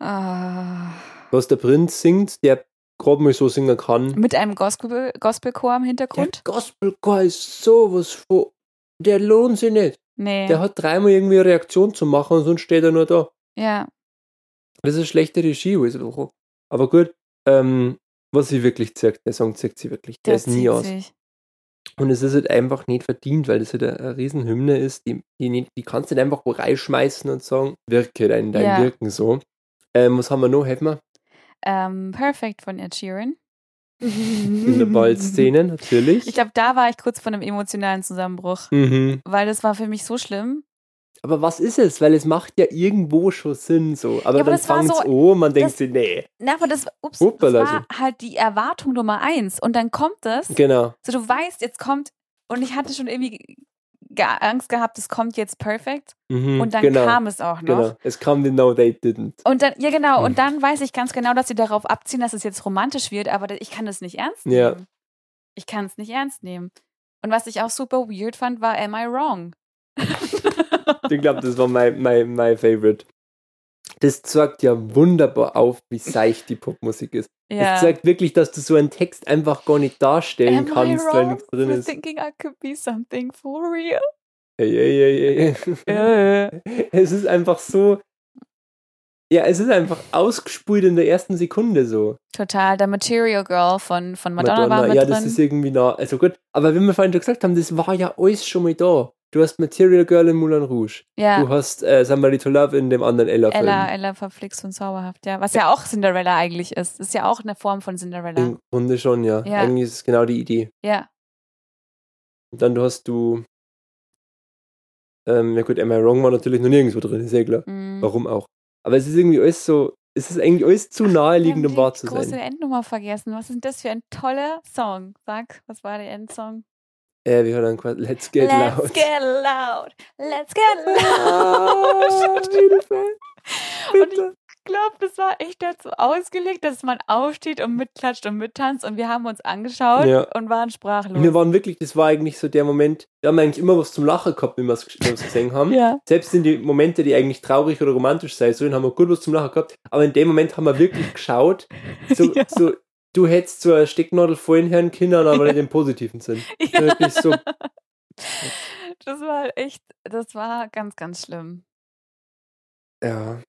C: Ah.
D: was der Prinz singt, der grob mal so singen kann.
C: Mit einem Gospel, Gospelchor im
D: Der
C: Hintergrund?
D: Gospelchor ist sowas von, der lohnt sich nicht.
C: Nee.
D: Der hat dreimal irgendwie eine Reaktion zu machen und sonst steht er nur da.
C: ja.
D: Das ist schlechte Regie, Whistleblower. Aber gut, ähm, was sie wirklich zirkt, der Song zirkt sie wirklich. Der, ist nie
C: zieht
D: aus.
C: sich.
D: Und es ist halt einfach nicht verdient, weil das halt eine, eine Riesenhymne ist, die, die, nicht, die kannst du nicht einfach wo reinschmeißen und sagen, wirke dein, dein
C: Ja.
D: Wirken so. Ähm, was haben wir noch? Helfen wir?
C: Ähm, Perfect von Ed Sheeran.
D: In der
C: [laughs]
D: Ballszene, natürlich.
C: Ich glaube, da war ich kurz vor einem emotionalen Zusammenbruch,
D: mhm.
C: weil das war für mich so schlimm.
D: Aber was ist es? Weil es macht ja irgendwo schon Sinn so. Aber
C: Ja, aber
D: dann
C: das war
D: fängt es
C: so-
D: an und man denkt
C: das-
D: sich, nee.
C: Na, aber das, ups, das
D: Hoppala, also.
C: war halt die Erwartung Nummer eins. Und dann kommt das,
D: Genau.
C: so du weißt, jetzt kommt, und ich hatte schon irgendwie ge- Angst gehabt, es kommt jetzt Perfect.
D: Mhm,
C: Und dann
D: genau,
C: kam es auch noch.
D: Genau. Es kam die No, they didn't.
C: Und dann, ja genau,
D: Hm.
C: und dann weiß ich ganz genau, dass sie darauf abziehen, dass es jetzt romantisch wird, aber ich kann das nicht ernst nehmen.
D: Ja.
C: Ich kann es nicht ernst nehmen. Und was ich auch super weird fand, war Am I Wrong?
D: Ich glaube, das war mein, mein, mein Favorite. Das zeigt ja wunderbar auf, wie seicht die Popmusik ist. Es zeigt wirklich, dass du so einen Text einfach gar nicht darstellen
C: Am
D: kannst,
C: I
D: weil
C: wrong
D: nichts drin
C: for
D: ist.
C: thinking I could be something for real?
D: Ey, ey, ey, ey.
C: Äh.
D: [laughs] Es ist einfach so. Ja, es ist einfach ausgespult in der ersten Sekunde so.
C: Total, der Material Girl von, von Madonna, war mit
D: ja, das
C: drin.
D: ist irgendwie nah. Also gut, aber wie wir vorhin schon gesagt haben, das war ja alles schon mal da. Du hast Material Girl in Moulin Rouge. Du
C: ja,
D: hast äh, Somebody to Love in dem anderen Ella-Film.
C: Ella, Ella verflixt und zauberhaft, ja. Was ja auch Cinderella eigentlich ist. Ist ja auch eine Form von Cinderella.
D: Im Grunde schon, ja.
C: Ja.
D: Eigentlich ist es genau die Idee.
C: Ja,
D: Und dann hast du. Ähm, ja gut, Am I Wrong war natürlich noch nirgendwo drin, ist ja klar.
C: mhm.
D: Warum auch? Aber es ist irgendwie alles so. Es ist eigentlich alles zu naheliegend,
C: Wir haben
D: um wahr zu
C: die große
D: sein.
C: Endnummer vergessen. Was ist denn das für ein toller Song? Sag, was war der Endsong?
D: Äh, wir hören dann Let's Get
C: Let's
D: Loud.
C: get loud. Let's get
D: [laughs] Ah,
C: loud. [laughs]
D: Hilfe. Bitte.
C: ich glaube, das war echt dazu ausgelegt, dass man aufsteht und mitklatscht und mittanzt. Und wir haben uns angeschaut
D: Ja.
C: und waren sprachlos.
D: Wir waren wirklich, das war eigentlich so der Moment, wir haben eigentlich immer was zum Lachen gehabt, wenn wir es gesehen
C: [laughs]
D: haben. [laughs]
C: ja.
D: Selbst in die Momente, die eigentlich traurig oder romantisch sein sollen, haben wir gut was zum Lachen gehabt. Aber in dem Moment haben wir wirklich
C: [laughs]
D: geschaut, so,
C: Ja.
D: so du hättest so eine Stecknadel vorhin hören können, aber nicht im positiven Sinn.
C: [laughs] Ja.
D: Wirklich so,
C: Das war echt, das war ganz, ganz schlimm.
D: ja.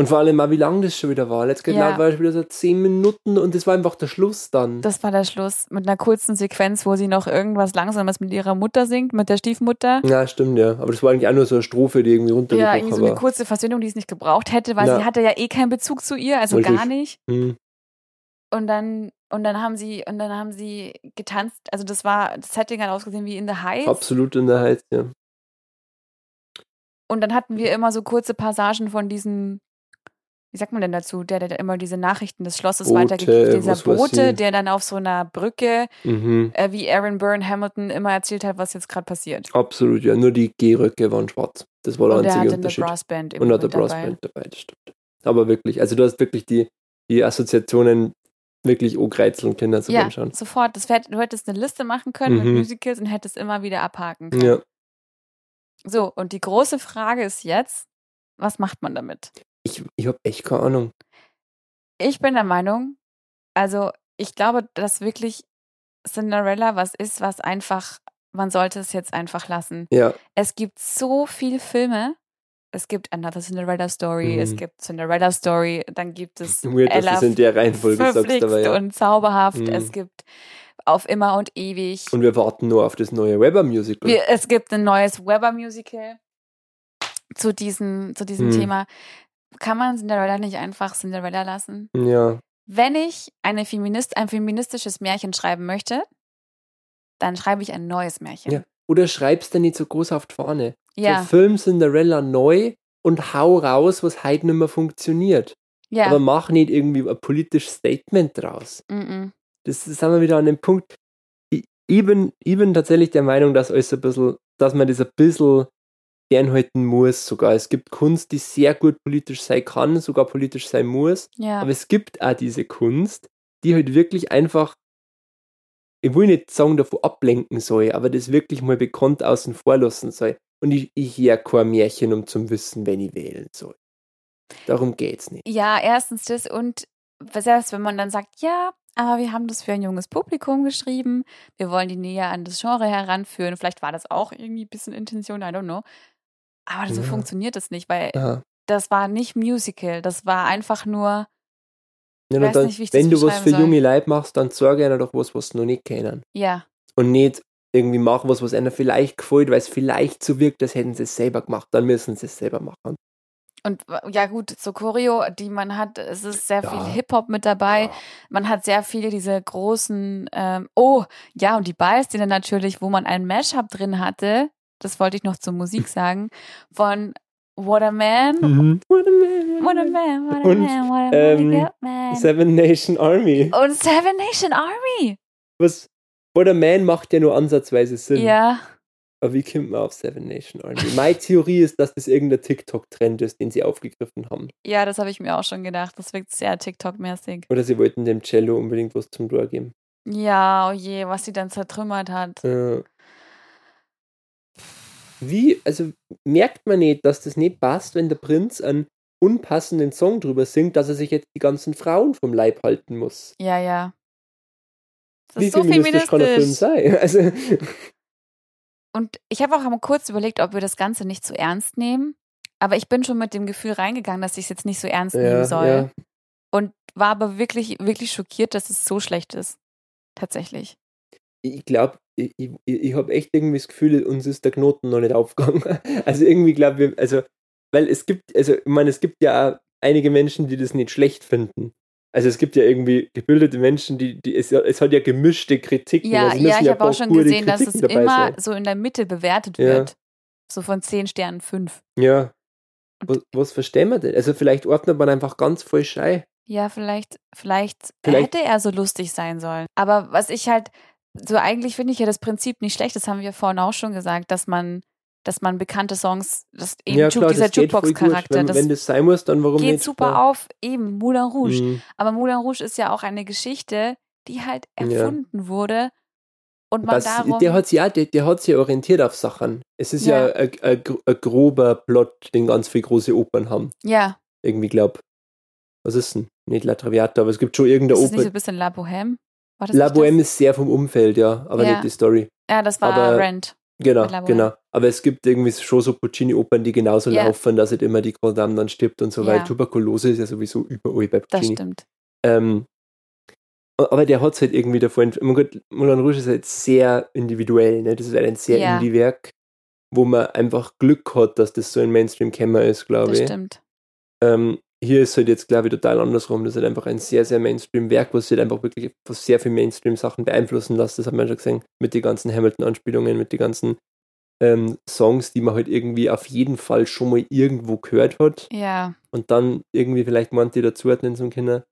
D: Und vor allem auch, wie lang das schon wieder war. Let's Get
C: Ja.
D: Loud war schon wieder so 10 Minuten und das war einfach der Schluss dann.
C: Das war der Schluss mit einer kurzen Sequenz, wo sie noch irgendwas Langsames mit ihrer Mutter singt, mit der Stiefmutter.
D: ja, stimmt, ja. Aber das war eigentlich auch nur so eine Strophe, die irgendwie
C: Ja,
D: runtergebrochen
C: irgendwie so eine
D: war.
C: kurze Versöhnung, die es nicht gebraucht hätte, weil
D: Ja.
C: sie hatte ja eh keinen Bezug zu ihr, also
D: Richtig.
C: gar nicht.
D: Hm.
C: Und dann, und dann haben sie, und dann haben sie getanzt. Also das war, das Setting hat ausgesehen wie in The Heights.
D: Absolut in der Heiz, ja.
C: Und dann hatten wir immer so kurze Passagen von diesem, wie sagt man denn dazu, der, der immer diese Nachrichten des Schlosses
D: Bote,
C: weitergegeben dieser
D: was weiß
C: Bote,
D: ich.
C: der dann auf so einer Brücke,
D: Mhm.
C: äh, wie Aaron Byrne Hamilton immer erzählt hat, was jetzt gerade passiert.
D: Absolut, ja. Nur die Gehröcke waren schwarz. Das war der
C: Und er
D: einzige
C: hatte eine
D: Unterschied.
C: Brassband immer
D: Und hat der
C: mit dabei.
D: Brassband dabei, das stimmt. Aber wirklich, also du hast wirklich die, die Assoziationen wirklich ogreizeln können zu
C: Ja,
D: dem Schauen.
C: sofort. Das wär, du hättest eine Liste machen können mit
D: Mhm.
C: Musicals und hättest immer wieder abhaken können.
D: Ja.
C: So, und die große Frage ist jetzt, was macht man damit?
D: Ich, ich habe echt keine Ahnung.
C: Ich bin der Meinung, also ich glaube, dass wirklich Cinderella was ist, was einfach, man sollte es jetzt einfach lassen.
D: Ja,
C: Es gibt so viele Filme. Es gibt Another Cinderella Story,
D: Mhm.
C: es gibt Cinderella Story, dann gibt es
D: weird, dass
C: Ella
D: das in der Reihenfolge sagst,
C: verflixt
D: aber ja.
C: und zauberhaft,
D: Mhm.
C: es gibt auf immer und ewig.
D: Und wir warten nur auf das neue Weber-Musical.
C: Wir, es gibt ein neues Weber-Musical zu diesem, zu diesem
D: Hm.
C: Thema. Kann man Cinderella nicht einfach Cinderella lassen?
D: Ja,
C: Wenn ich eine Feminist, ein feministisches Märchen schreiben möchte, dann schreibe ich ein neues Märchen.
D: Ja. Oder schreibst du nicht so groß auf die Fahne. So
C: ja.
D: Film Cinderella neu und hau raus, was heute nicht mehr funktioniert.
C: ja.
D: Aber mach nicht irgendwie ein politisches Statement draus.
C: Mm, mm.
D: Das ist- sind wir wieder an dem Punkt. Ich, ich, bin, ich bin tatsächlich der Meinung, dass alles ein bisschen, dass man das ein bisschen fernhalten muss sogar. Es gibt Kunst, die sehr gut politisch sein kann, sogar politisch sein muss.
C: ja.
D: Aber es gibt auch diese Kunst, die halt wirklich einfach, ich will nicht sagen, davon ablenken soll, aber das wirklich mal bekannt außen vor lassen soll. Und ich, ich höre kein Märchen, um zum Wissen, wenn ich wählen soll. Darum geht's nicht.
C: Ja, erstens das und selbst wenn man dann sagt, ja, aber wir haben das für ein junges Publikum geschrieben, wir wollen die näher an das Genre heranführen, vielleicht war das auch irgendwie ein bisschen Intention, I don't know. Aber so
D: Ja.
C: funktioniert das nicht, weil
D: Ja.
C: das war nicht Musical, das war einfach nur,
D: Ja,
C: weiß
D: und dann,
C: nicht, wie ich das
D: wenn du was für
C: beschreiben soll.
D: junge Leute machst, dann sag einer doch was, was sie noch nicht kennen.
C: ja,
D: Und nicht irgendwie mach was, was einer vielleicht gefällt, weil es vielleicht so wirkt, als hätten sie es selber gemacht. Dann müssen sie es selber machen.
C: und w- ja gut, so Choreo, die man hat, es ist sehr
D: Ja.
C: viel Hip-Hop mit dabei,
D: Ja.
C: man hat sehr viele diese großen, ähm, oh, ja, und die Ballszene natürlich, wo man ein Mashup drin hatte, das wollte ich noch
D: [laughs]
C: zur Musik sagen, von What a Man,
D: Mhm.
C: What a Man, What a
D: Und,
C: Man, What a
D: ähm,
C: Man, Man.
D: Seven Nation Army.
C: und Seven Nation Army.
D: was What a Man macht ja nur ansatzweise Sinn.
C: Ja,
D: Aber wie kommt man auf Seven Nation Army? Meine Theorie ist, dass das irgendein TikTok-Trend ist, den sie aufgegriffen haben.
C: ja, das habe ich mir auch schon gedacht, das wirkt sehr TikTok-mäßig.
D: Oder sie wollten dem Cello unbedingt was zum Tor geben.
C: Ja, oh je, was sie dann zertrümmert hat.
D: Äh, wie, also merkt man nicht, dass das nicht passt, wenn der Prinz einen unpassenden Song drüber singt, dass er sich jetzt die ganzen Frauen vom Leib halten muss?
C: Ja, ja. Das
D: Wie
C: ist so
D: feministisch kann der Film sein?
C: feministisch.
D: [laughs] Also,
C: Und ich habe auch einmal kurz überlegt, ob wir das Ganze nicht zu ernst nehmen. Aber ich bin schon mit dem Gefühl reingegangen, dass ich es jetzt nicht so ernst nehmen soll.
D: ja.
C: Und war aber wirklich, wirklich schockiert, dass es so schlecht ist. Tatsächlich.
D: ich glaube, ich, ich, ich habe echt irgendwie das Gefühl, uns ist der Knoten noch nicht aufgegangen. [laughs] Also irgendwie glaube wir, also, weil es gibt, also ich meine, es gibt ja auch einige Menschen, die das nicht schlecht finden. Also es gibt ja irgendwie gebildete Menschen, die, die es, es hat ja gemischte Kritiken.
C: Ja,
D: also es
C: ja,
D: müssen
C: ich habe auch
D: paar
C: schon
D: gute
C: gesehen, dass es
D: Kritiken dabei
C: immer
D: sein.
C: so in der Mitte bewertet
D: Ja.
C: wird. So von 10 Sternen 5.
D: Ja. Was, was verstehen wir denn? Also vielleicht ordnet man einfach ganz falsch ein.
C: Ja, vielleicht, vielleicht,
D: Vielleicht-
C: hätte er so lustig sein sollen. Aber was ich halt, so eigentlich finde ich ja das Prinzip nicht schlecht, das haben wir vorhin auch schon gesagt, dass man, dass man bekannte Songs, dass eben
D: ja
C: Ju- dieser
D: voll
C: Jukebox-Charakter,
D: Wenn,
C: das
D: wenn das sein muss, dann warum
C: geht
D: nicht?
C: super
D: Ja.
C: auf, eben Moulin Rouge.
D: Mhm.
C: Aber Moulin Rouge ist ja auch eine Geschichte, die halt
D: Ja.
C: erfunden wurde und man
D: Das,
C: darum,
D: der hat sich ja, der, der hat sich ja orientiert auf Sachen. Es ist ja,
C: Ja.
D: ein, ein, gro- ein grober Plot, den ganz viele große Opern haben.
C: ja,
D: Irgendwie glaub. Was ist denn? Nicht La Traviata, aber es gibt schon irgendeine
C: ist das nicht so
D: Oper.
C: ein bisschen La Bohème? War das
D: La
C: nicht
D: Bohème ist sehr vom Umfeld, ja, aber
C: Ja.
D: nicht die Story.
C: das? Ja, das war
D: aber-
C: Rent.
D: Genau,
C: Mit La Bohème.
D: genau. Aber es gibt irgendwie schon so Puccini-Opern, die genauso
C: Ja.
D: laufen, dass halt immer die Grand Dame dann stirbt und so,
C: Ja.
D: weil Tuberkulose ist ja sowieso überall bei
C: Das
D: Puccini.
C: stimmt.
D: Ähm, a- aber der hat es halt irgendwie davon. ent- Mein Gott, Moulin Rouge ist halt sehr individuell. Ne? Das ist halt ein sehr
C: Ja.
D: Indie-Werk, wo man einfach Glück hat, dass das so ein Mainstream-Kämmer ist, glaube
C: Das
D: ich.
C: stimmt.
D: Ähm, hier ist halt jetzt, glaube ich, total andersrum. Das ist halt einfach ein sehr, sehr Mainstream-Werk, was sich halt einfach wirklich von sehr viel Mainstream-Sachen beeinflussen lässt. Das hat man schon gesehen mit den ganzen Hamilton-Anspielungen, mit den ganzen ähm, Songs, die man halt irgendwie auf jeden Fall schon mal irgendwo gehört hat
C: Ja,
D: und dann irgendwie vielleicht manche dazuordnen halt zum Kinder.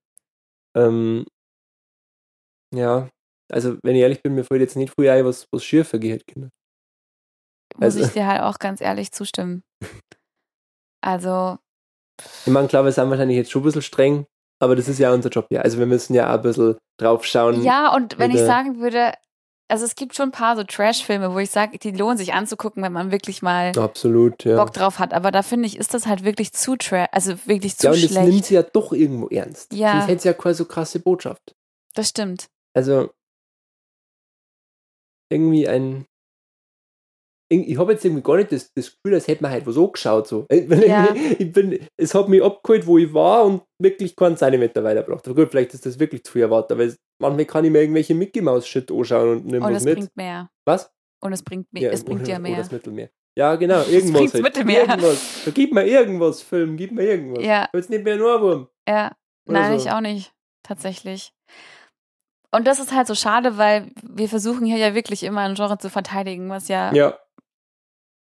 D: Ähm, ja, also wenn ich ehrlich bin, mir fällt jetzt nicht früh ein, was, was schier vergeht, Kinder.
C: muss
D: Also-
C: ich dir halt auch ganz ehrlich zustimmen. Also,
D: Ich meine, klar, wir sind wahrscheinlich jetzt schon ein bisschen streng, aber das ist ja unser Job, ja. Also wir müssen ja auch ein bisschen drauf schauen.
C: ja, und wenn ich
D: Oder-
C: sagen würde, also es gibt schon ein paar so Trash-Filme, wo ich sage, die lohnen sich anzugucken, wenn man wirklich mal
D: Absolut, ja.
C: Bock drauf hat. Aber da finde ich, ist das halt wirklich zu trash, also wirklich zu
D: ja, und jetzt nimmt
C: schlecht.
D: sie ja doch irgendwo ernst.
C: Ja.
D: Sonst hätte sie ja keine so krasse Botschaft.
C: Das stimmt.
D: Also, irgendwie ein. irg- Ich habe jetzt irgendwie gar nicht das, das Gefühl, als hätte man halt was angeschaut. So. Ich bin,
C: Ja.
D: [laughs] ich bin, es hat mich abgeholt, wo ich war und wirklich keinen Zentimeter weitergebracht. Aber gut, vielleicht ist das wirklich zu viel erwartet, aber es- manchmal kann ich mir irgendwelche Mickey Mouse-Shit anschauen und nimm
C: Und
D: was
C: es
D: mit.
C: Oh, bringt mehr.
D: Was?
C: Und es bringt mehr. es bringt
D: [laughs] oder-
C: ja
D: Oder
C: mehr.
D: oh, das Mittelmeer. Ja,
C: [laughs]
D: genau, irgendwas.
C: bringt's Mittelmeer.
D: Irgendwas. Da gib mir irgendwas, Film, gib mir irgendwas.
C: Ja,
D: Ich hab Jetzt nicht mehr einen Ohrwurm.
C: ja.
D: Oder
C: Nein,
D: so.
C: ich auch nicht. Tatsächlich. Und das ist halt so schade, weil wir versuchen hier ja wirklich immer ein Genre zu verteidigen, was ja,
D: Ja,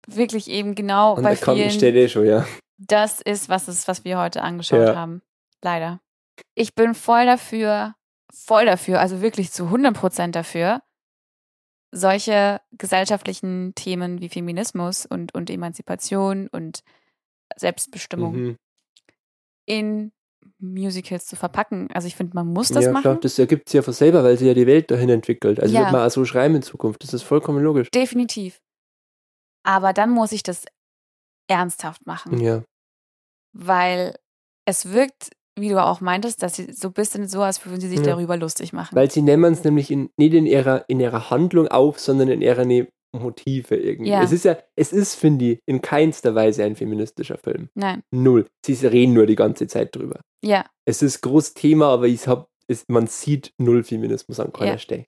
C: wirklich eben genau
D: und
C: bei
D: da kann
C: vielen
D: ich eh schon, ja.
C: das ist, was ist, was wir heute angeschaut
D: Ja.
C: haben. Leider. Ich bin voll dafür, voll dafür, also wirklich zu 100 Prozent dafür, solche gesellschaftlichen Themen wie Feminismus und, und Emanzipation und Selbstbestimmung
D: Mhm.
C: in Musicals zu verpacken. Also ich finde, man muss das
D: ja,
C: machen.
D: Klar, das ergibt sich ja von selber, weil sie ja die Welt dahin entwickelt. Also
C: Ja.
D: wird man auch so schreiben in Zukunft. Das ist vollkommen logisch.
C: Definitiv. Aber dann muss ich das ernsthaft machen.
D: Ja.
C: weil es wirkt, wie du auch meintest, dass sie so ein bisschen so, als würden sie sich
D: Ja.
C: darüber lustig machen.
D: Weil sie nehmen es nämlich in, nicht in ihrer, in ihrer Handlung auf, sondern in ihrer ne Motive irgendwie.
C: Ja.
D: Es ist ja, es ist, finde ich, in keinster Weise ein feministischer Film.
C: Nein,
D: Null. Sie reden nur die ganze Zeit drüber.
C: ja,
D: Es ist groß Thema, aber ich hab, es, man sieht null Feminismus an keiner
C: Ja.
D: Stelle.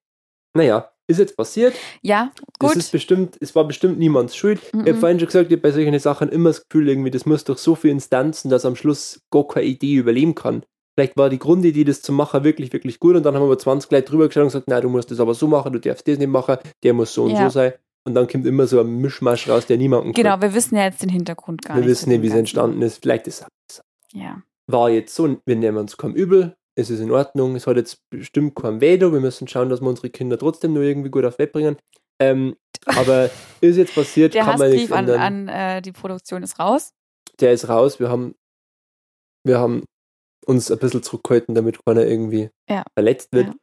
D: Naja, ist jetzt passiert.
C: ja,
D: Gut.
C: gut.
D: Es ist äh, bestimmt, es war bestimmt niemands Schuld. Ich habe
C: Mhm.
D: vorhin schon gesagt, ich habe bei solchen Sachen immer das Gefühl, irgendwie, das muss durch so viele Instanzen, dass am Schluss gar keine Idee überleben kann. Vielleicht war die Grundidee, das zu machen, wirklich, wirklich gut und dann haben wir 20 Leute drüber geschaut und gesagt, nein, du musst das aber so machen, du darfst das nicht machen, der muss so und
C: Ja.
D: so sein. Und dann kommt immer so ein Mischmasch raus, der niemanden
C: Genau,
D: kriegt.
C: wir wissen ja jetzt den Hintergrund gar
D: Wir
C: nicht. zu
D: wissen nicht,
C: dem
D: wie es
C: Ganzen.
D: entstanden ist. Vielleicht ist es
C: Ja,
D: war jetzt so, wir nehmen es kaum übel, es ist in Ordnung, es hat jetzt bestimmt kein Vedo, wir müssen schauen, dass wir unsere Kinder trotzdem nur irgendwie gut auf Web bringen. Ähm,
C: [laughs]
D: aber ist jetzt passiert,
C: der
D: kann man nichts
C: Hassbrief an,
D: ändern.
C: an äh, die Produktion ist raus.
D: Der ist raus, wir haben, wir haben uns ein bisschen zurückgehalten, damit keiner irgendwie
C: Ja.
D: verletzt wird.
C: Ja.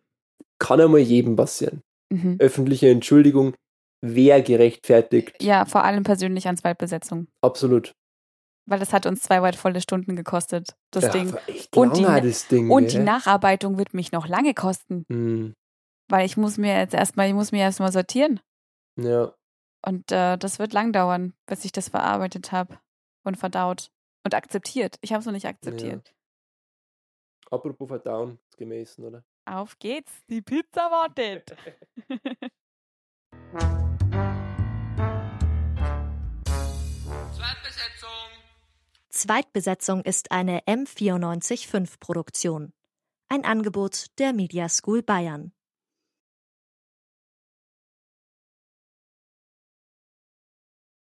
D: Kann einmal jedem passieren.
C: Mhm.
D: Öffentliche Entschuldigung wäre gerechtfertigt,
C: Ja, vor allem persönlich an Zweitbesetzung,
D: absolut.
C: weil das hat uns zwei wertvolle Stunden gekostet, das
D: Ja,
C: Ding.
D: war echt
C: Und die
D: langer,
C: Na-
D: das Ding.
C: Und die
D: gell?
C: Nacharbeitung wird mich noch lange kosten,
D: Hm,
C: weil ich muss mir jetzt erstmal, ich muss mir erstmal sortieren.
D: ja.
C: Und äh, das wird lang dauern, bis ich das verarbeitet habe und verdaut und akzeptiert. Ich habe es noch nicht akzeptiert.
D: Apropos Verdauen, ist gemessen, oder?
C: Auf geht's, die Pizza wartet.
B: Zweitbesetzung ist eine M945-Produktion. Ein Angebot der Media School Bayern.